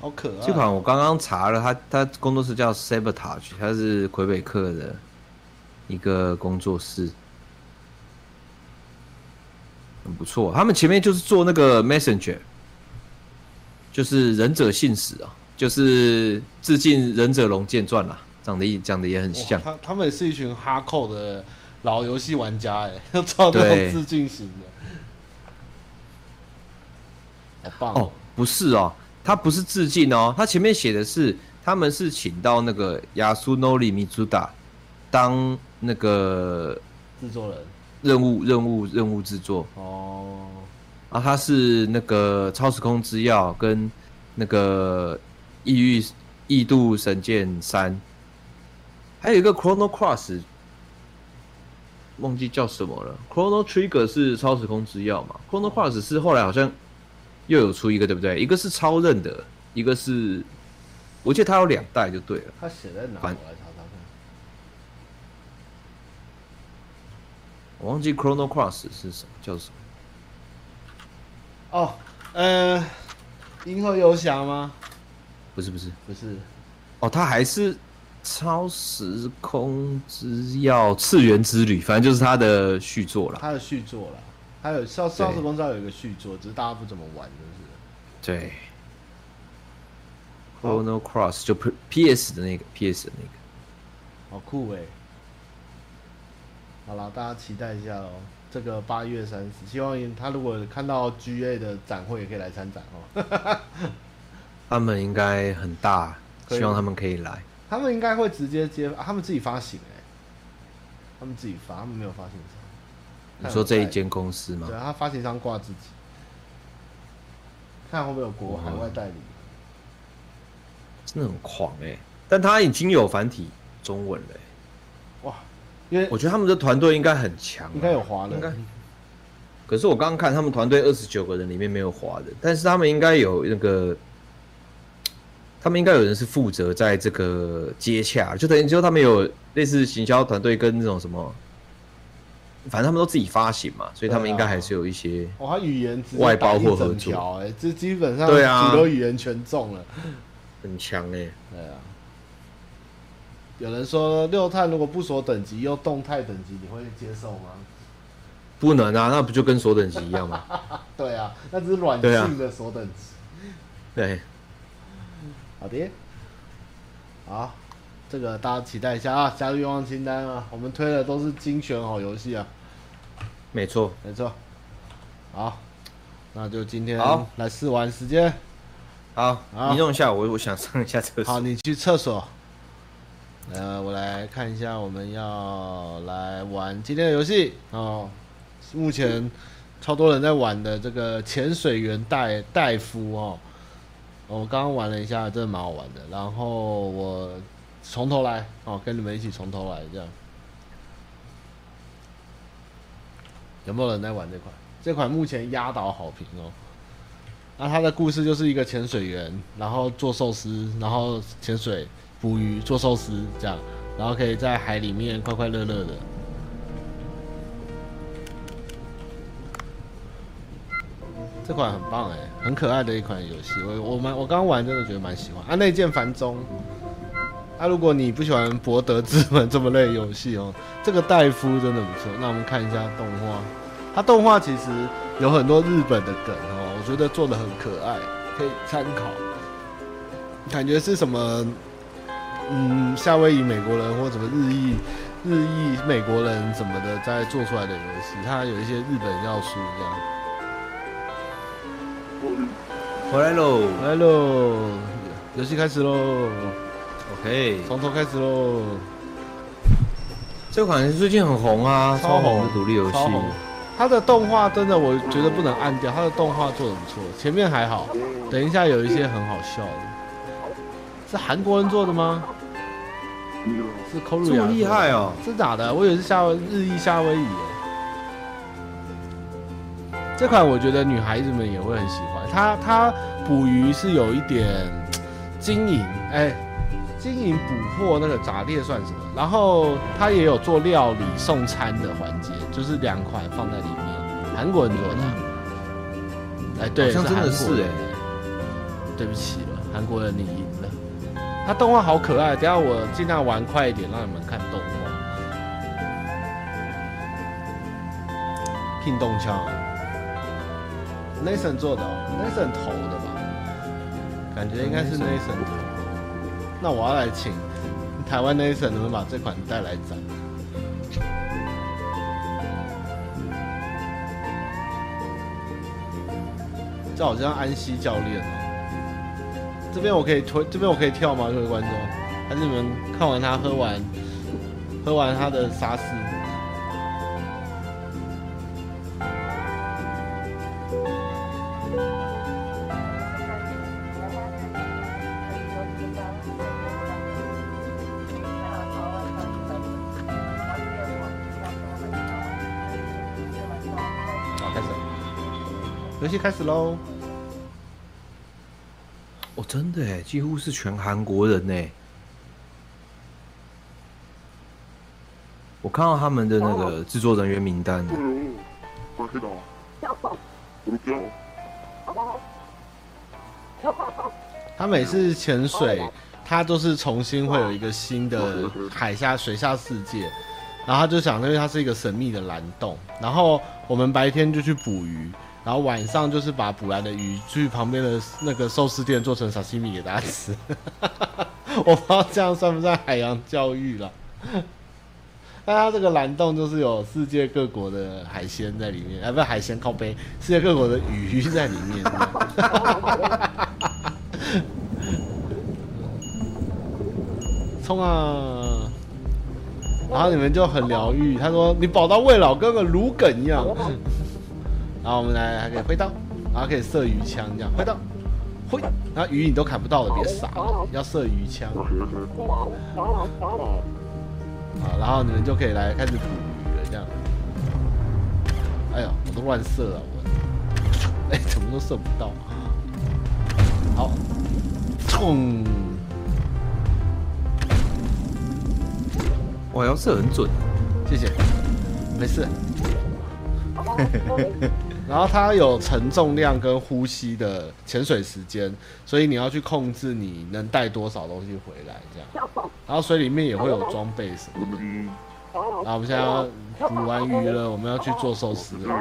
B: 好可爱。
A: 这款我刚刚查了，他他工作室叫 Sabotage，他是魁北克的一个工作室，很不错。他们前面就是做那个 Messenger，就是忍者信使啊，就是致敬《忍者龙剑传》啦，长得也长得也很
B: 哇
A: 像。
B: 他他们也是一群哈扣的老游戏玩家哎， 要照这种
A: 对
B: 致敬型的，好棒
A: 哦！，不是哦，他不是致敬哦，他前面写的是他们是请到那个亚苏诺里米朱达当那个
B: 制作人
A: 任务任务任务制作
B: 哦，
A: 啊，他是那个超时空之钥跟那个异域异度神剑三，还有一个 Chrono Cross，忘记叫什么了。Chrono Trigger 是超时空之钥嘛，Chrono Cross 是后来好像又有出一个对不对？一个是超任的，一个是我记得它有两代就对了。
B: 他写在哪？我来
A: 反
B: 查查看。
A: 我忘记 Chrono Cross 是什么叫什么。
B: 哦，呃，银河游侠吗？
A: 不是不是，
B: 不是，
A: 哦，它还是超时空之钥次元之旅，反正就是它的续作啦。
B: 他的续作啦，还有《少少时空之钥》有一个续作，只是大家不怎么玩，就是
A: 对
B: 好
A: ，Chrono Cross 就 P P S 的那个 P S 的那个，
B: 好酷哎。好啦，大家期待一下哦。这个八月三十，希望他如果看到 GA 的展会，也可以来参展哦。
A: 他们应该很大，
B: 可以
A: 希望他们可以来。
B: 他们应该会直接接、啊他们自己发行哎、他们自己发，他们没有发行商。
A: 你说这一间公司吗
B: 对？啊，他发行商挂自己，看会不会有国
A: 哇
B: 海外代理。
A: 真的很狂哎、但它已经有繁体中文了欸、
B: 哇，因为
A: 我觉得他们的团队应该很强啊、
B: 应该有华
A: 应该
B: 人，
A: 可是我刚刚看他们团队二十九个人里面没有华人，但是他们应该有那个，他们应该有人是负责在这个接洽，就等于说他们有类似行销团队跟那种什么，反正他们都自己发行嘛，所以他们应该还是有一些。
B: 哦哇，他语言直接
A: 外包
B: 打一
A: 或合
B: 整
A: 作
B: 条哎、这基本上
A: 对啊
B: 主流语言全中了。
A: 很强哎、
B: 对啊，有人说六探如果不锁等级又动态等级，你会接受吗？
A: 不能啊，那不就跟锁等级一样 吗？
B: 对啊，那只是软
A: 对啊
B: 性的锁等级。
A: 对，
B: 好的，好，这个大家期待一下啊，加入愿望清单啊，我们推的都是精选好游戏啊，
A: 没错。
B: 没错。好，那就今天
A: 好
B: 来试玩时间。
A: 好，
B: 好
A: 你弄一下，我我想上一下厕
B: 好，
A: 所。
B: 你去厕所。呃，我来看一下，我们要来玩今天的游戏哦。目前超多人在玩的这个潜水员戴戴夫哦，我刚刚玩了一下，真的蛮好玩的。然后我从头来哦，跟你们一起从头来这样。有没有人在玩这款？这款目前压倒好评哦。那它的故事就是一个潜水员，然后做寿司，然后潜水、捕鱼、做寿司这样，然后可以在海里面快快乐乐的。这款很棒哎，很可爱的一款游戏。我我蛮我刚玩真的觉得蛮喜欢。啊，内建繁中。啊，如果你不喜欢博德之门这么类游戏哦，这个戴夫真的不错。那我们看一下动画，它动画其实有很多日本的梗哦，我觉得做的很可爱，可以参考。感觉是什么？嗯，夏威夷美国人或什么日裔、日裔美国人什么的在做出来的游戏，它有一些日本要素这样。
A: 回来喽
B: 来喽，游戏开始喽，
A: ，OK，
B: 从头开始喽，
A: 这款最近很红啊，
B: 超
A: 超
B: 红
A: 红的独立游戏
B: 超，红。它的动画真的，我觉得不能按掉，它的动画做的不错，前面还好，等一下有一些很好笑的。是韩国人做的吗？是 k o r
A: 这么厉害哦！
B: 是哪的？我以为是夏威日裔夏威夷耶。这款我觉得女孩子们也会很喜欢。它它捕鱼是有一点嘖经营，哎、经营捕获那个炸裂算什么？然后它也有做料理送餐的环节，就是两款放在里面。韩国人做的啊，哎、对，
A: 嗯好像真的
B: 韩国人
A: 是哎
B: 对不起了，韩国人你赢了。它动画好可爱，等一下我尽量玩快一点，让你们看动画。拼动枪，Nathan 做的、哦、，Nathan 投的吧？感觉应该是 Nathan 投。那我要来请台湾 Nathan 能不能把这款带来展？这好像安西教练哦。这边我可以推，这边我可以跳吗？各位观众，还是你们看完他喝完，喝完他的沙士？好，啊开始，游戏开始喽。
A: 哦，真的哎，几乎是全韩国人呢。我看到他们的那个制作人员名单了，
C: 요 맛있다. 물병.
B: 他每次潜水，他都是重新会有一个新的海下水下世界，然后他就想，因为它是一个神秘的蓝洞，然后我们白天就去捕鱼，然后晚上就是把捕来的鱼去旁边的那个寿司店做成沙西米给大家吃。 我不知道这样算不算海洋教育了。但它这个蓝洞就是有世界各国的海鲜在里面，啊，不是海鲜靠背，世界各国的鱼在里面。冲啊！然后你们就很疗愈。他说：“你宝刀未老，跟个芦梗一样。”然后我们来还可以挥刀，然后可以射鱼枪这样挥刀，挥。然后鱼你都砍不到的，别傻了，要射鱼枪。
C: 맛있어.
B: 啊，然后你们就可以来开始捕鱼了，这样。哎呀，我都乱射了，我， 哎，怎么都射不到。好，冲！
A: 哇，要射很准啊。
B: 谢谢，没事。然后它有承重量跟呼吸的潜水时间，所以你要去控制你能带多少东西回来，这样。然后水里面也会有装备什么的。
C: 물이.
B: 然后我们现在要捕完鱼了，我们要去做寿司了。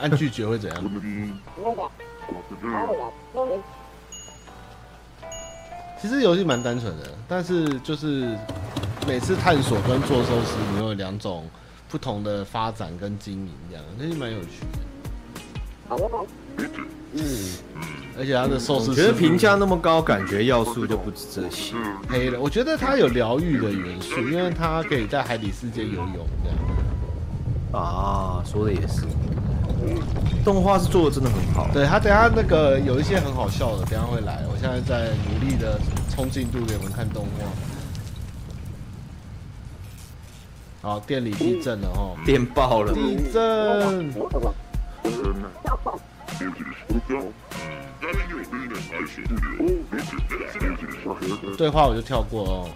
B: 按拒绝会怎样？
C: 물이. 맛있어.
B: 其实游戏蛮单纯的，但是就是每次探索跟做寿司，你有两种不同的发展跟经营，这样，其实蛮有趣的。而且它的寿司
A: 觉得
B: 师傅
A: 评价那么高，感觉要素就不止这些。
B: 黑了。我觉得它有疗愈的元素，因为它可以在海底世界游泳这样。
A: 啊，说的也是。动画是做的真的很好，
B: 对他，等下那个有一些很好笑的，等下会来。我现在在努力的冲进度给你们看动画。好，店里地震了哦，
A: 电爆了。
B: 地震！对话我就跳过哦。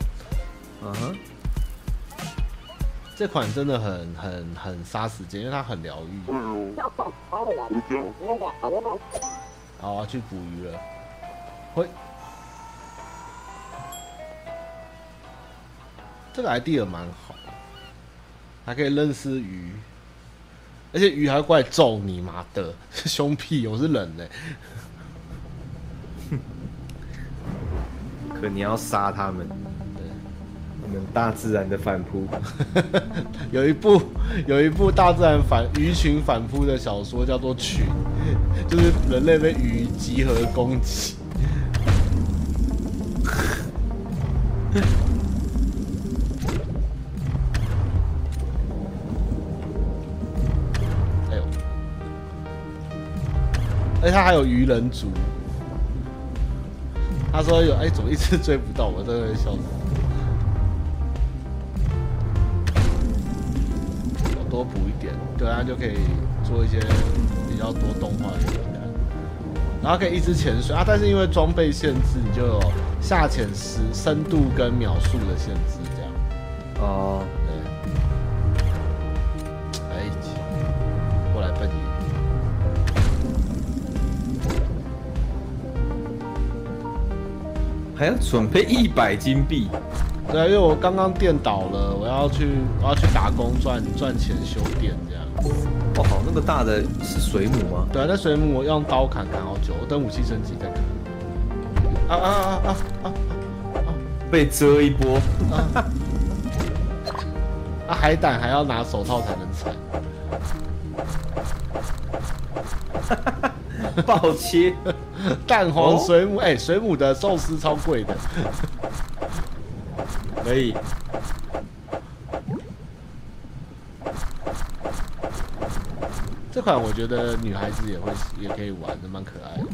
A: 嗯哼，
B: 这款真的很很很杀时间，因为它很疗愈。好，我啊要去捕鱼了。会，这个 idea 蛮好的，还可以认识鱼，而且鱼还过来揍你妈的， 凶屁！我是人呢、
A: 可你要杀他们，你们大自然的反扑。
B: 有一部有一部大自然反鱼群反扑的小说叫做《群》，就是人类被鱼集合攻击。哎呦！而且它还有鱼人族。他说有，哎、怎么一直追不到我？真的会笑死。我多补一点，对啊，就可以做一些比较多动画的灵感，然后可以一直潜水啊，但是因为装备限制，你就有下潜时深度跟秒数的限制，这样。
A: 哦，
B: 对。哎，过来笨你。
A: 还要准备一百金币，
B: 对啊，因为我刚刚电倒了，我要去我要去打工赚赚钱修电这样。
A: 哇靠，哦那个大的是水母吗？
B: 对啊，那水母我用刀砍砍好久，我等武器升级再砍。啊啊啊啊啊
A: 被遮一波，
B: 啊！海胆还要拿手套才能踩。
A: 暴切。
B: 蛋黄
A: 哦
B: 水母，哎、水母的寿司超贵的。
A: 可以。
B: 这款我觉得女孩子也会也可以玩，的蛮可爱的。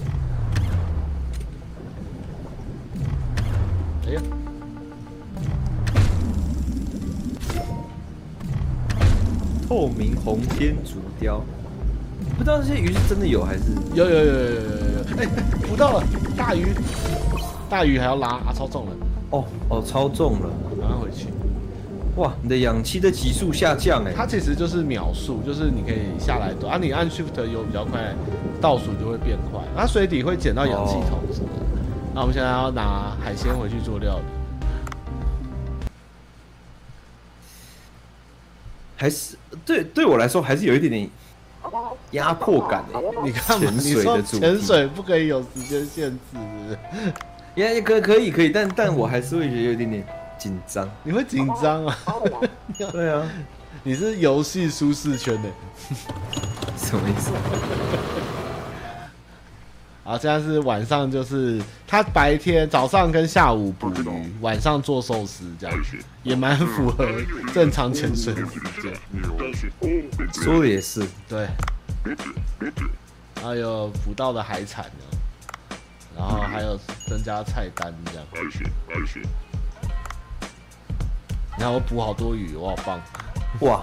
B: 哎呀！
A: 透明红天竺雕，不知道这些鱼是真的有还是？
B: 有有有有有有有！哎、捕到了大鱼，大鱼还要拉啊，超重了，
A: 哦哦，超重了！
B: 赶快回去。
A: 哇，你的氧气的级数下降哎、
B: 它其实就是秒数，就是你可以下来多啊，你按 Shift 游比较快，倒数就会变快。它水底会捡到氧气筒什么的。那我们现在要拿海鲜回去做料理。
A: 还是对对我来说还是有一点点压迫感哎、
B: 你干嘛？
A: 潜
B: 你
A: 水
B: 说
A: 的主题
B: 潜水不可以有时间限制是不是？
A: 也也可可以可以，但但我还是会觉得有一点点紧张。
B: 你会紧张啊？
A: 对啊，
B: 你是游戏舒适圈的、
A: 什么意思？
B: 好，现在是晚上，就是他白天早上跟下午捕
C: 不知道
B: 鱼，晚上做寿司，这样也蛮符合正常潜水的时间。
A: 说的也是，
B: 对，然后有捕到的海产呢，然后还有增加菜单这样。你看我捕好多鱼，我好棒。
A: 哇，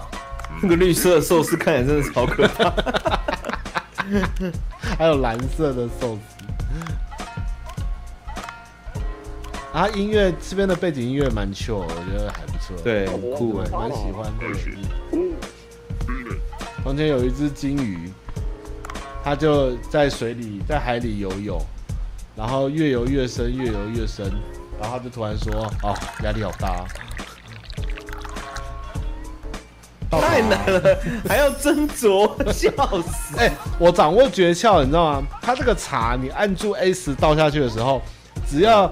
A: 那个绿色的寿司看起来真的超可怕。
B: 还有蓝色的寿司。啊，音乐这边的背景音乐蛮 chill，的我觉得还不错。
A: 对，很酷
B: 我
A: 哎、
B: 蛮喜欢的。中间有一只金鱼，它就在水里，在海里游泳，然后越游越深，越游越深，然后它就突然说：“哦，压力好大、啊。”
A: 太难了，还要斟酌，笑死。
B: 哎、我掌握诀窍，你知道吗？它这个茶，你按住 A 十倒下去的时候，只要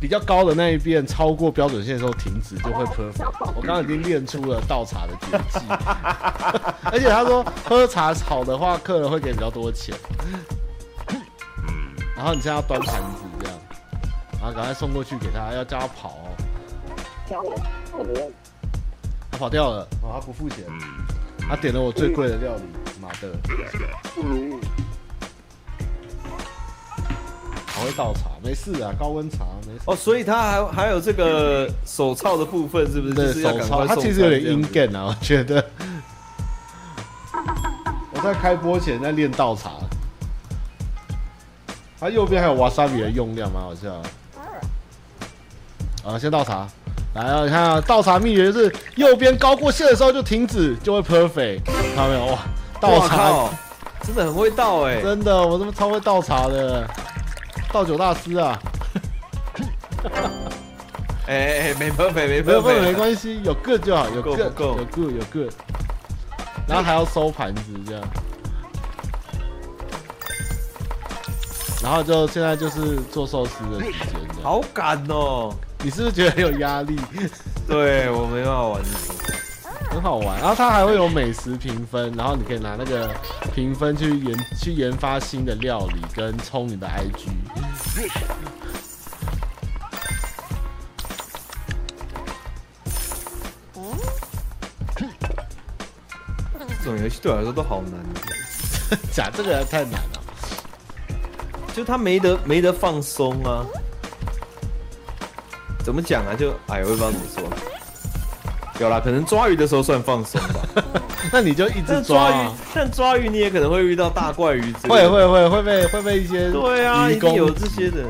B: 比较高的那一边超过标准线的时候停止，就会 perfect。我刚刚已经练出了倒茶的绝技，而且他说喝茶好的话，客人会给比较多钱。然后你现在要端盘子这样，然后赶快送过去给他，要叫他跑哦、他跑掉了，哦，他不付钱，他点了我最贵的料理，妈的，好会倒茶，没事啊，高温茶没事。
A: 哦，所以他还还有这个手操的部分，是不是？就
B: 对
A: 是要
B: 手
A: 赶
B: 抄，
A: 快
B: 他
A: 送
B: 其实有
A: 餐
B: 点
A: 这样
B: 阴
A: 子
B: g 啊，我觉得。我在开播前在练倒茶，它右边还有瓦萨比的用量，蛮好笑的。啊，先倒茶，来啊，你看啊，倒茶秘诀就是右边高过线的时候就停止，就会 perfect，看到没有？哇，倒
A: 哇
B: 茶
A: 靠，真的很会倒哎、
B: 真的，我他妈超会倒茶的，倒酒大师啊！
A: 哎哎哎，没办法，没
B: 没有
A: 办
B: 没
A: 法，
B: 有没关系，有 good 就好，有
A: 够
B: good
A: 不够
B: 有 good 有 good，然后还要收盘子这样，然后就现在就是做寿司的时间这样。
A: 好赶哦。
B: 你是不是觉得很有压力？
A: 对我没办法玩，
B: 很好玩，然后它还会有美食评分，然后你可以拿那个评分去研去研发新的料理，跟冲你的 IG。
A: 这种游戏对我来说都好难，
B: 假这个太难了，
A: 就他没得没得放松啊。怎么讲啊？就哎，我也不知道怎么说。有啦，可能抓鱼的时候算放松 吧。
B: 那你就一直
A: 但
B: 抓、
A: 抓鱼
B: 啊。，
A: 但抓鱼你也可能会遇到大怪鱼之类
B: 会
A: 的。
B: 会会会被会被一些
A: 对啊，
B: 愚
A: 一定
B: 公
A: 有这些的。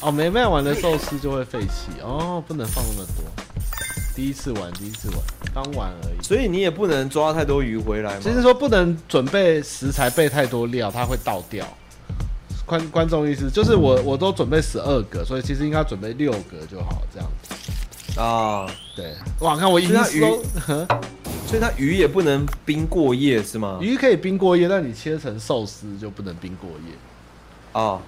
B: 哦，没卖完的寿司就会废弃哦，不能放那么多。第一次玩，第一次玩，刚玩而已。
A: 所以你也不能抓太多鱼回来嘛。
B: 其实说不能准备食材备太多料，它会倒掉。观观众意思就是我我都准备十二个，所以其实应该准备六个就好，这样子。
A: 啊，
B: 对，哇，看我嗯已经
A: 所以它鱼
B: 收呵
A: 所以它鱼也不能冰过夜是吗？
B: 鱼可以冰过夜，但你切成寿司就不能冰过夜。
A: 啊，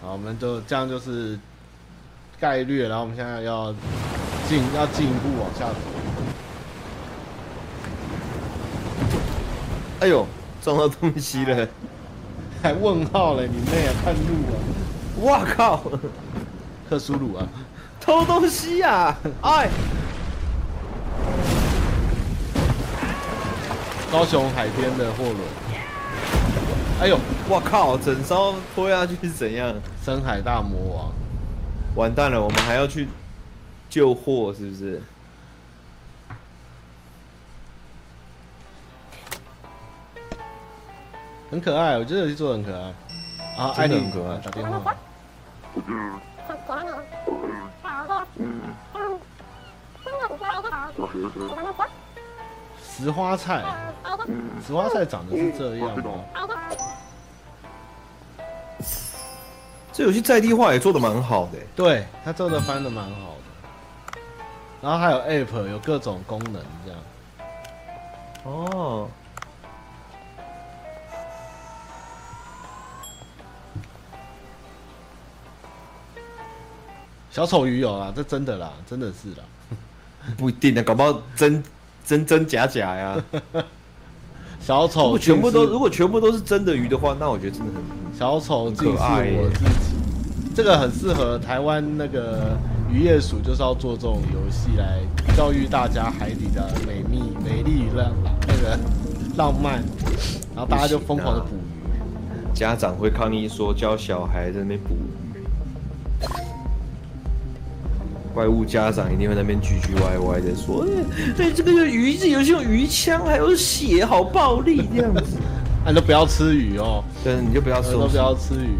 B: 好，我们就这样就是概率，然后我们现在要进要进一步往下走。
A: 哎呦，撞到东西 了，
B: 还问号嘞，你妹啊！看路啊，
A: 哇靠，
B: 克苏鲁啊，
A: 偷东西呀、啊！哎，
B: 高雄海边的货轮。哎呦，
A: 哇靠，整艘拖下去是怎样？
B: 深海大魔王，
A: 完蛋了，我们还要去救货是不是？
B: 很可爱，我觉得游戏做的很可爱。啊，爱
A: 真的
B: 你
A: 很可爱
B: 打电话。石花菜，石花菜长得是这样吗？
A: 这游戏在地化也做的蛮好的、
B: 对，它做的翻的蛮好的。然后还有 app，有各种功能这样。
A: 哦，
B: 小丑鱼有啦，这真的啦，真的是啦。
A: 不一定的，啊搞不好真真真假假呀、
B: 小
A: 如
B: 丑
A: 果全部都
B: 竟是
A: 如果全部都是真的鱼的话，那我觉得真的很
B: 小丑竟
A: 很
B: 是
A: 可爱耶
B: 我自己，这个很适合台湾那个渔业署，就是要做这种游戏来教育大家海底的美丽、美丽与浪那个浪漫，然后大家就疯狂的捕鱼。
A: 家长会抗议说教小孩在那边捕鱼，怪物家长一定会在那边唧唧歪歪的说，对、哎这个鱼这游戏有鱼枪，还有血，好暴力这样子。
B: 啊，你都不要吃鱼哦，
A: 但是你就不要
B: 都
A: 说
B: 不，要吃鱼。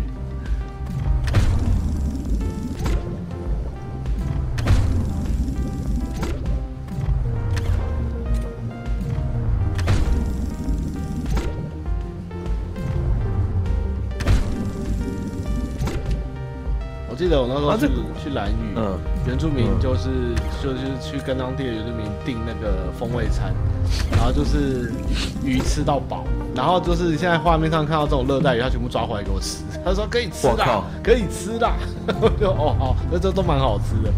B: 我记得我那时候
A: 啊
B: 去、
A: 这个
B: 去兰屿，
A: 嗯
B: 原住民
A: 嗯
B: 就是、就是去跟当地的原住民订那个风味餐，然后就是鱼吃到饱，然后就是现在画面上看到这种热带鱼，他全部抓回来给我吃，他说可以吃
A: 我靠
B: 啦，可以吃啦， 我就哦好，那这都蛮好吃的，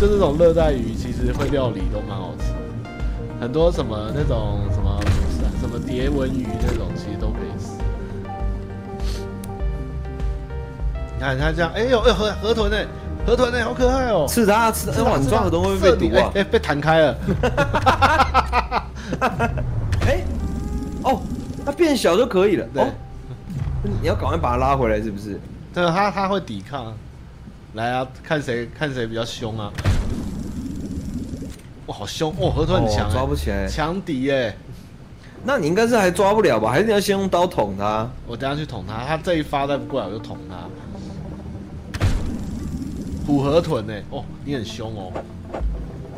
B: 就这种热带鱼其实会料理都蛮好吃的，很多什么那种什么什么蝶纹鱼那种，其实都可以死。你看它这样，哎呦，哎河河豚呢、河豚呢、好可爱哦、
A: 刺它，刺它，哇！你抓河豚会不会被毒啊
B: 哎、？哎被弹开了，
A: 哎，哦，它变小就可以了。
B: 对
A: 哦，你要赶快把它拉回来，是不是？
B: 对，它它会抵抗。来啊，看谁看谁比较凶啊！哇，好凶！哦，河豚很强、
A: 哦
B: 欸，
A: 抓不起来
B: 强敌耶！
A: 那你应该是还抓不了吧？还是你要先用刀捅它？
B: 我等下去捅它，它这一发再不过来我就捅它。虎河豚呢、哦，你很凶哦！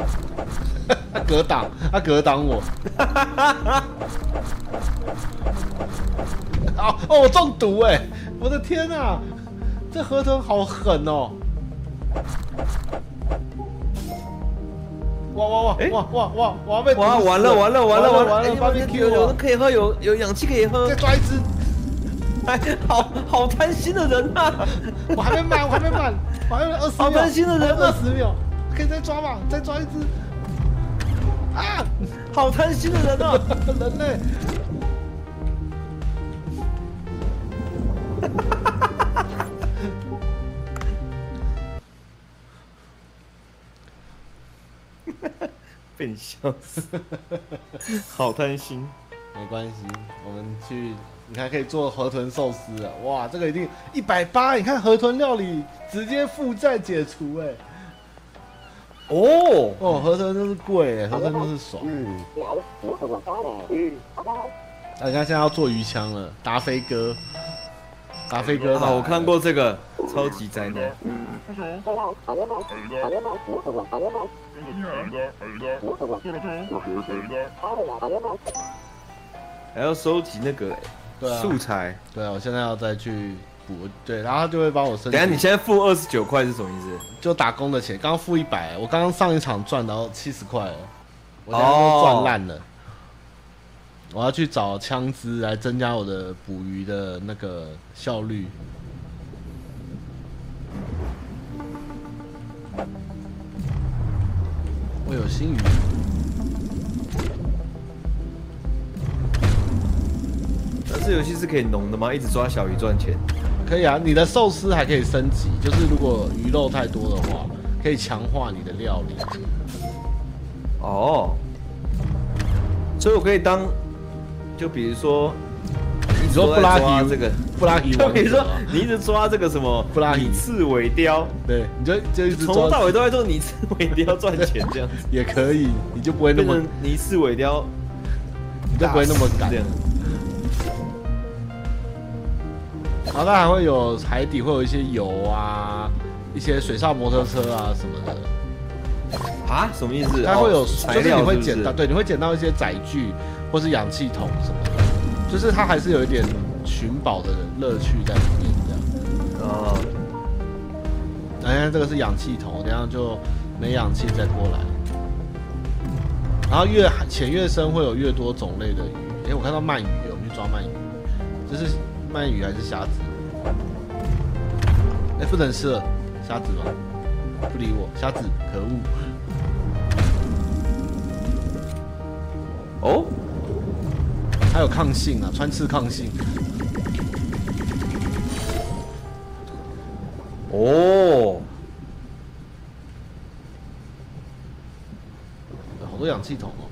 B: 它格挡，它格挡我。 哦哦，我中毒哎、我的天啊，这河豚好狠哦！哇哇哇
A: 哎
B: 哇哇哇！我要被毒
A: 哇，
B: 死
A: 完了完了完了
B: 哎完
A: 完
B: 完
A: 了
B: 了！
A: 哎有
B: BBQ
A: 有
B: 我
A: 的可以喝，有有氧气可以喝
B: 再。抓一只。
A: 哎，好好贪心的人啊！
B: 我还没满，我还没满，我还有二十
A: 好
B: 秒。
A: 担心的人啊
B: 二十秒，可以再抓吧，再抓一只。啊！
A: 好贪心的人啊！
B: 人类。
A: 被你笑死，好贪心。
B: 没关系，我们去，你看可以做河豚寿司啊！哇，这个一定一百八！你看河豚料理直接负债解除哎、
A: 哦，
B: 哦，河豚真是贵哎、河豚真是爽。
A: 嗯，
B: 啊，你看现在要做鱼枪了，达菲哥，达菲哥
A: 啊，
B: 来
A: 我看过这个超级宅男，还要收集那个、
B: 对啊
A: 素材。
B: 对啊，我现在要再去补，对，然后他就会帮我申请。
A: 等一下你现在付二十九块是什么意思？
B: 就打工的钱，刚刚付一百，我刚刚上一场赚到七十块了，我现在
A: 哦
B: 都赚烂了。我要去找枪支来增加我的捕鱼的那个效率。我有新鱼，
A: 但是游戏是可以农的吗？一直抓小鱼赚钱？
B: 可以啊，你的寿司还可以升级，就是如果鱼肉太多的话，可以强化你的料理。
A: 哦，所以我可以当，就比如 说，你
B: 你说布拉提
A: 这个，
B: 布拉提
A: 就
B: 王
A: 比如
B: 者
A: 说
B: 啊，
A: 你一直抓这个什么
B: 布拉提
A: 你刺尾雕，
B: 对，你就就一直
A: 从头
B: 抓
A: 到尾都在做你刺尾雕赚钱这样子，
B: 也可以，你就不会那
A: 变
B: 么
A: 成你刺尾雕
B: 你就不会那么赶
A: 这。样。
B: 然后它还会有海底会有一些油啊，一些水上摩托车啊什么的，
A: 啊？什么意思？
B: 它会有，
A: 哦材
B: 就是
A: 料
B: 你会
A: 是不是
B: 捡到，对，你会捡到一些载具或是氧气筒什么的，就是它还是有一点寻宝的乐趣在里面这样。
A: 哦，
B: 哎，这个是氧气筒，我等一下就没氧气再过来。然后越潜越深会有越多种类的鱼。哎，我看到鳗鱼，我们去抓鳗鱼，这是鳗鱼还是虾子？哎，不能吃了，虾子吧？不理我，虾子，可恶！
A: 哦，
B: 还有抗性啊，穿刺抗性。
A: 哦，
B: 有好多氧气筒哦。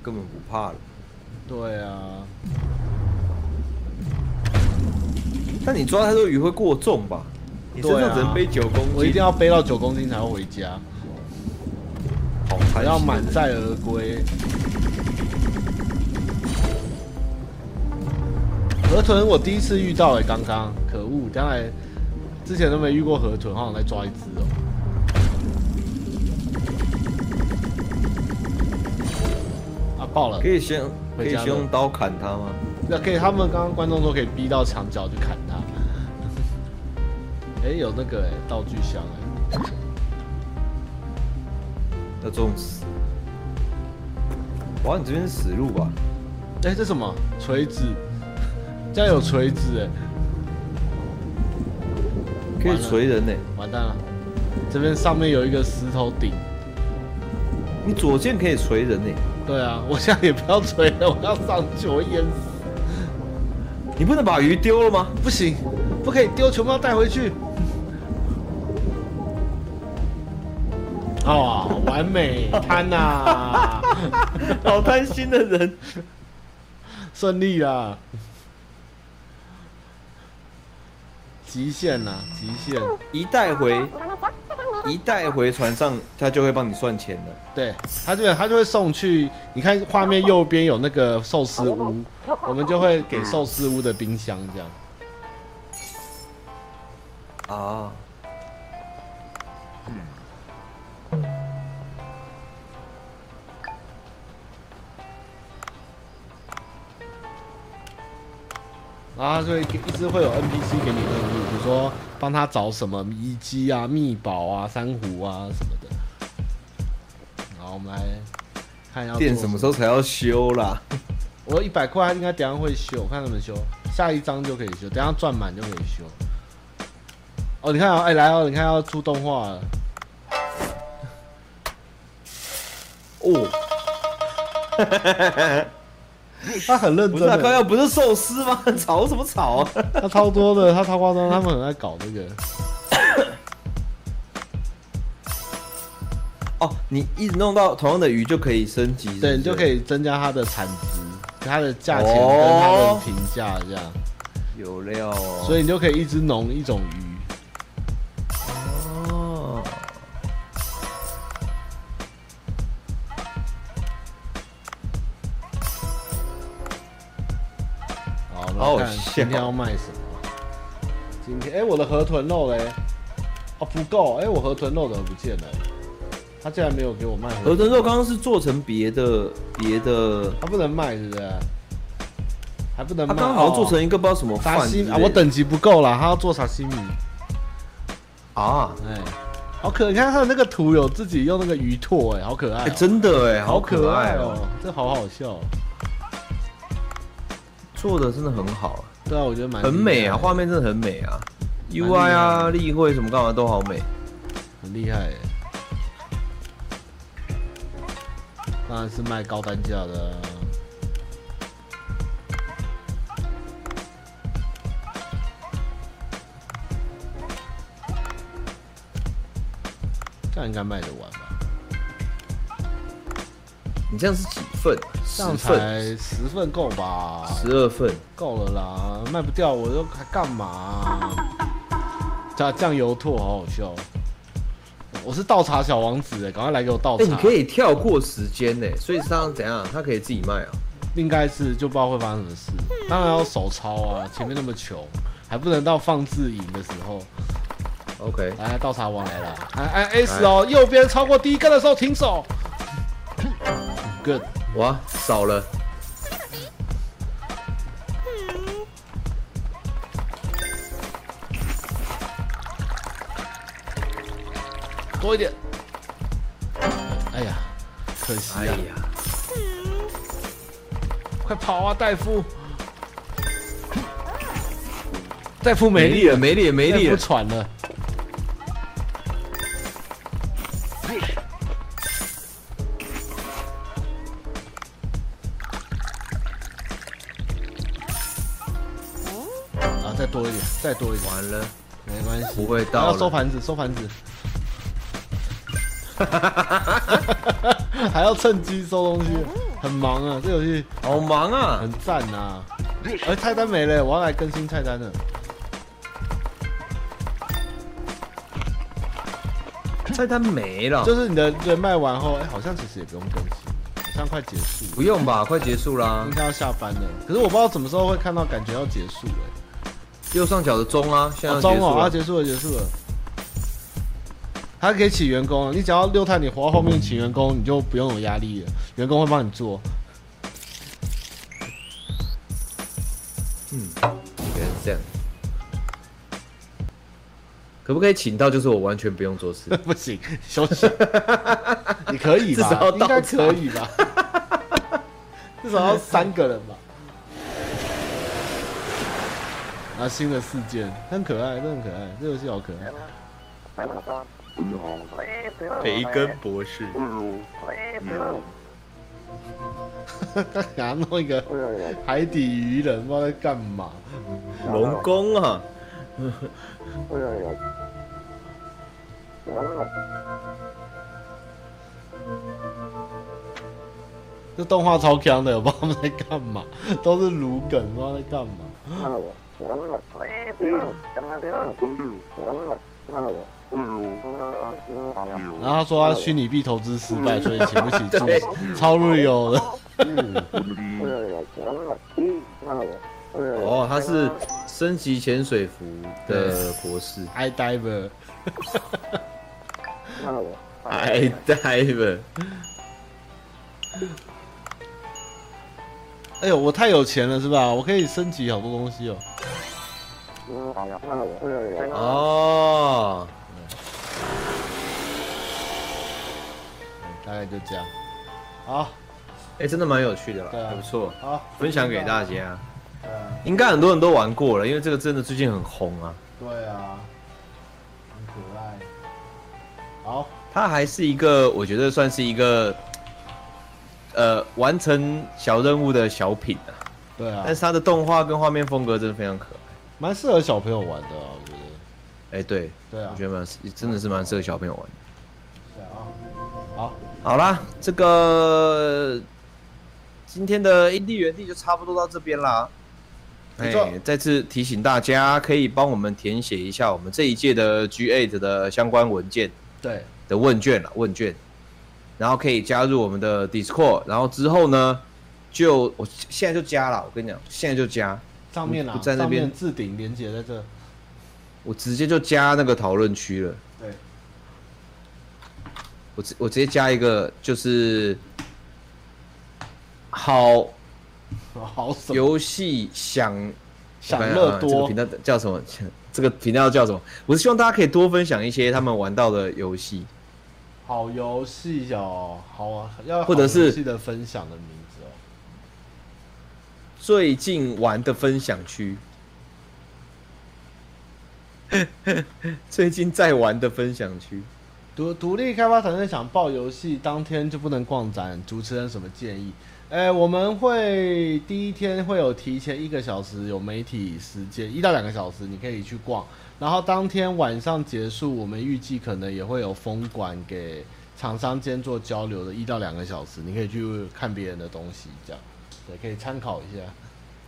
A: 根本不怕了。
B: 对啊，
A: 但你抓太多鱼会过重吧？你身
B: 对
A: 上
B: 啊
A: 只能背九公斤，
B: 我一定要背到九公斤才会回家，
A: 好
B: 我
A: 贪
B: 要
A: 心的
B: 满
A: 人
B: 载而归。河豚我第一次遇到哎、刚刚可恶，将来之前都没遇过河豚，好想再抓一只哦、啊，爆了
A: 可！以先可
B: 回
A: 以
B: 家了
A: 先用刀砍它吗？
B: 那可以，他们刚刚观众说可以逼到墙角去砍它。 哎、有那个哎、道具箱哎、
A: 要重死。哇，你这边是死路吧？
B: 哎、这什么锤子？这样有锤子哎、
A: 可以锤人呢、
B: 完蛋了！这边上面有一个石头顶，
A: 你左键可以锤人呢、
B: 对啊，我现在也不要吹了，我要上去，我会淹死。
A: 你不能把鱼丢了吗？
B: 不行，不可以丢，全部要带回去。哦，完美，贪啊呐、
A: 好贪心的 人，
B: 顺利啊啦，极限啦，极限，
A: 一带回，一带回船上，他就会帮你算钱的。
B: 对他这边他就会送去，你看画面右边有那个寿司屋，我们就会给寿司屋的冰箱这样。
A: 啊，
B: 然后他就会给一直会有 NPC 给你任务，比如说帮他找什么遗迹啊、秘宝啊、珊瑚啊什么的。然后我们来看要
A: 店什么时候才要修啦？
B: 候？我一百块应该等一下会修，看能不能修，下一章就可以修，等一下赚满就可以修。哦，你看啊，哎、来哦，你看要出动画了，
A: 哦，
B: 他很认
A: 不
B: 真
A: 是啊，刚
B: 的，
A: 刚不是寿司吗？ 吵什么吵啊？
B: 他超多的，他超夸张，他们很爱搞 这个。
A: 哦，你一直弄到同样的鱼就可以升级，
B: 对，你就可。以增加它的产值、它的价钱跟它
A: 哦
B: 的评价这样，
A: 有料哦。
B: 所
A: 以
B: 以你就可以一直农一种鱼。
A: 哦，
B: 好，我们
A: 好
B: 来看
A: 笑
B: 今天要卖什么？今天哎、我的河豚肉嘞，哦不够，哎、我河豚肉怎么不见了？他竟然没有给我卖
A: 河
B: 河
A: 豚肉刚刚是做成别的别的，
B: 他不能卖是不是？还不能
A: 它
B: 卖？哦
A: 刚刚好像做成一个不知道什么
B: 沙
A: 饭之
B: 西
A: 类的
B: 啊，我等级不够啦，他要做沙西米。
A: 啊，
B: 哎、好可，你看他的那个图有自己用那个鱼拓，哎，好可爱哦、
A: 哎真的哎，
B: 好
A: 好
B: 可
A: 可
B: 爱
A: 爱
B: 哦、
A: 哦，
B: 这好好笑、
A: 做的真的很好，
B: 对啊，我觉得蛮
A: 很美
B: 厉害
A: 啊，
B: 的
A: 画面真的很美啊
B: 厉害
A: ，UI 啊、例会什么干嘛都好美。
B: 很厉害耶。当然是卖高单价的啊、这样应该卖得完吧？
A: 你这样是几份？
B: 这
A: 十
B: 样
A: 份、
B: 才十份够吧？
A: 十二份，
B: 够了啦，卖不掉我又还干嘛、加酱油兔好好笑，我是倒茶小王子哎，赶快来给我倒
A: 哎，你
B: 茶。
A: 可以跳过时间呢，所以它怎样？它可以自己卖啊。
B: 应该是就不知道会发生什么事。当然要手抄啊，前面那么穷，还不能到放置营的时候。
A: OK，
B: 来，倒茶王来了，按按 S 哦，右边超过第一根的时候停手。Good，
A: 哇，少了。
B: 多一点。哎呀，可惜
A: 哎
B: 啊！
A: 呀，
B: 快跑啊，戴夫！戴夫没
A: 没
B: 力
A: 力了，没力了，没力
B: 不
A: 了。
B: 喘了。啊，再多一点，再多一点，
A: 完了，
B: 没关系，
A: 不会
B: 然
A: 到
B: 后收
A: 了。
B: 盘子，收 盘子，还要趁机收东西，很忙啊，这游戏
A: 好忙啊
B: 很！赞呐、哎，菜单没了，我要来更新菜单了。
A: 菜单没了，
B: 就是你的人卖完后，哎、好像其实也不用更新，好像快结束了，
A: 不用吧？快结束啦
B: 应！该要下班了。可是我不知道什么时候会看到，感觉要结束了、
A: 右上角的钟啊，现在
B: 哦
A: 要结
B: 中
A: 束
B: 哦，要
A: 了。
B: 结束了，结束了。他可以请员工，你只要六探你活到后面请员工，你就不用有压力了，员工会帮你做。
A: 嗯，原来是这样。可不可以请到？就是我完全不用做 事，
B: 不行，休息。你可以
A: 至少
B: 吧
A: 要？
B: 应该
A: 到场
B: 可以吧？至少要三个人吧。啊，新的事件很可爱，真的很可爱，这游戏好可爱。
C: 안녕.
D: 培根博士，
C: 안녕. 안녕.
B: 刚想要弄一个海底鱼人，不知道在干嘛。
D: 龙宫啊，
B: 这动画超强的，我不知道他们在干嘛，都是鲁梗，不知道在干嘛。然后他说他虚拟币投资失败，所以请不起注
A: 对
B: 资，超 real 的。
A: 哦，他是升级潜水服的博士
B: I diver，
A: ，I diver，
B: 哎呦，我太有钱了是吧？我可以升级好多东西哦。
A: 哦，
B: 大概就这样。好，
A: 哎，真的蛮有趣的啦，
B: 对啊
A: 还不错，
B: 好，
A: 分享给大。家。
B: 嗯，
A: 应该很多人都玩过了，因为这个真的最近很红啊。
B: 对啊，很可爱。好，
A: 它还是一个，我觉得算是一个，呃，完成小任务的小品啊。
B: 对啊
A: 但，是它的动画跟画面风格真的非常可
B: 蛮适合小朋友玩的啊，我觉得。
A: 爱。哎，对，
B: 对啊
A: 我，觉得蛮真的是蛮适合小朋友玩的。
B: 对啊。好，
A: 好啦，这个今天的印地原地就差不多到这边啦。哎
B: 没错
A: 再次提醒大家，可以帮我们填写一下我们这一届的 G8 的相关文件
B: 对，
A: 的问卷啦，问卷，然后可以加入我们的 Discord，然后之后呢，就我现在就加了，我跟你讲，现在就加，
B: 上面
A: 不
B: 啊，
A: 不在那
B: 上
A: 边
B: 面置顶连接在这。
A: 我直接就加那个讨论区了。
B: 对，
A: 我直我直接加一个，就是好
B: 好什么？
A: 游戏想
B: 享
A: 我看一下
B: 乐
A: 啊这个
B: 多
A: 频、，道叫什么？ 这个频道叫什么？我是希望大家可以多分享一些他们玩到的游戏，
B: 好游戏哦，好啊，要
A: 或者是
B: 好游戏的分享的名字哦。
A: 最近玩的分享区， 最近在玩的分享区。
B: 独独立开发团队想报游戏，当天就不能逛展。主持人什么建议？哎，我们会第一天会有提前一个小时有媒体时间，一到两个小时你可以去逛。然后当天晚上结束，我们预计可能也会有封馆给厂商间做交流的一到两个小时，你可以去看别人的东西，这样对，可以参考一下，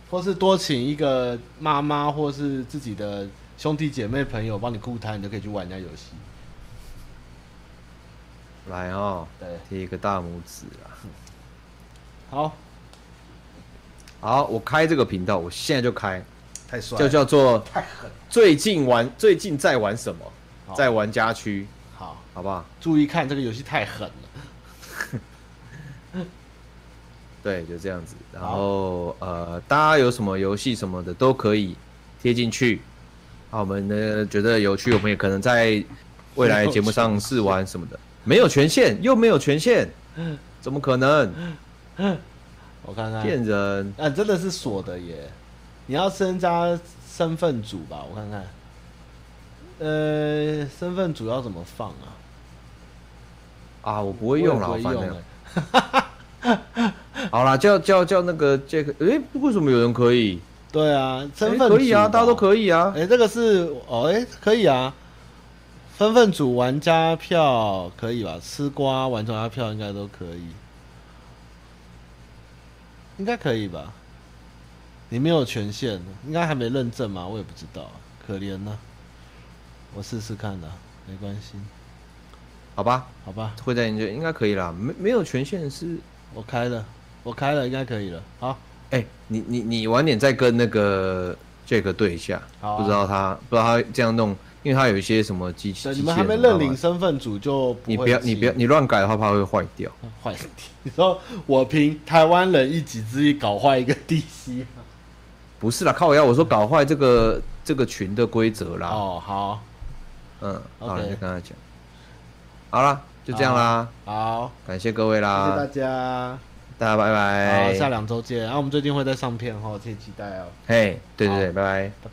B: 或是多请一个妈妈或是自己的兄弟姐妹朋友帮你顾摊，你就可以去玩人家游戏。
A: 来哦，
B: 对，
A: 贴一个大拇指啊啦。
B: 好。
A: 好，我开这个频道，我现在就开，
B: 太帅
A: 就
B: 了，
A: 叫做
B: 太狠。
A: 最近玩，最近在玩什么？
B: 好
A: 在玩家区，
B: 好，
A: 好不好？
B: 注意看这个游戏太狠了。
A: 对，就这样子。然后呃，大家有什么游戏什么的都可以贴进去。啊，我们呢觉得有趣，我们也可能在未来节目上试玩什么的。没有权限，又没有权限，怎么可能？
B: 我看看，
A: 骗人！
B: 啊，真的是锁的耶！你要增加身份组吧，我看看。呃，身份组要怎么放啊？
A: 啊，我不会用了，
B: 我
A: 好
B: 也不
A: 烦
B: 会
A: 的
B: 用。哎
A: 好啦，叫叫叫那个杰克，诶，为什么有人可以？
B: 对啊，身份
A: 诶
B: 组
A: 可以啊，大家都可以啊
B: 哎、。这个是哦，哎、可以啊。身份组玩家票可以吧？吃瓜玩家票应该都可以，应该可以吧？你没有权限，应该还没认证嘛？我也不知道，啊可怜呐、我试试看的、没关系，
A: 好吧，
B: 好吧？
A: 会在研究应该可以啦，没没有权限是，
B: 我开了，我开了，应该可以了。好，
A: 哎、你你你晚点再跟那个 Jack 对一下，
B: 好啊
A: 不知道他不知道他这样弄，因为他有一些什么机器，
B: 对，你
A: 机器
B: 们还没
A: 人知道
B: 认领
A: 吗
B: 身份组就不
A: 你
B: 会
A: 不要
B: 记
A: 你不要你乱改的话，怕会坏掉。
B: 坏地，你说我凭台湾人一己之力搞坏一个地西？
A: 不是啦，靠我要我说搞坏这个这个群的规则啦，
B: 哦，好，
A: 嗯，好了
B: OK
A: 就跟他讲，好啦，就这样啦，
B: 好，
A: 感谢各位
B: 谢谢
A: 啦，
B: 大家，
A: 大家拜
B: 好，
A: 拜，
B: 啊下两周见。然、后我们最近会再上片哦，请期待哦，
A: 嘿，对对
B: 好
A: 对，拜拜。
B: 拜拜。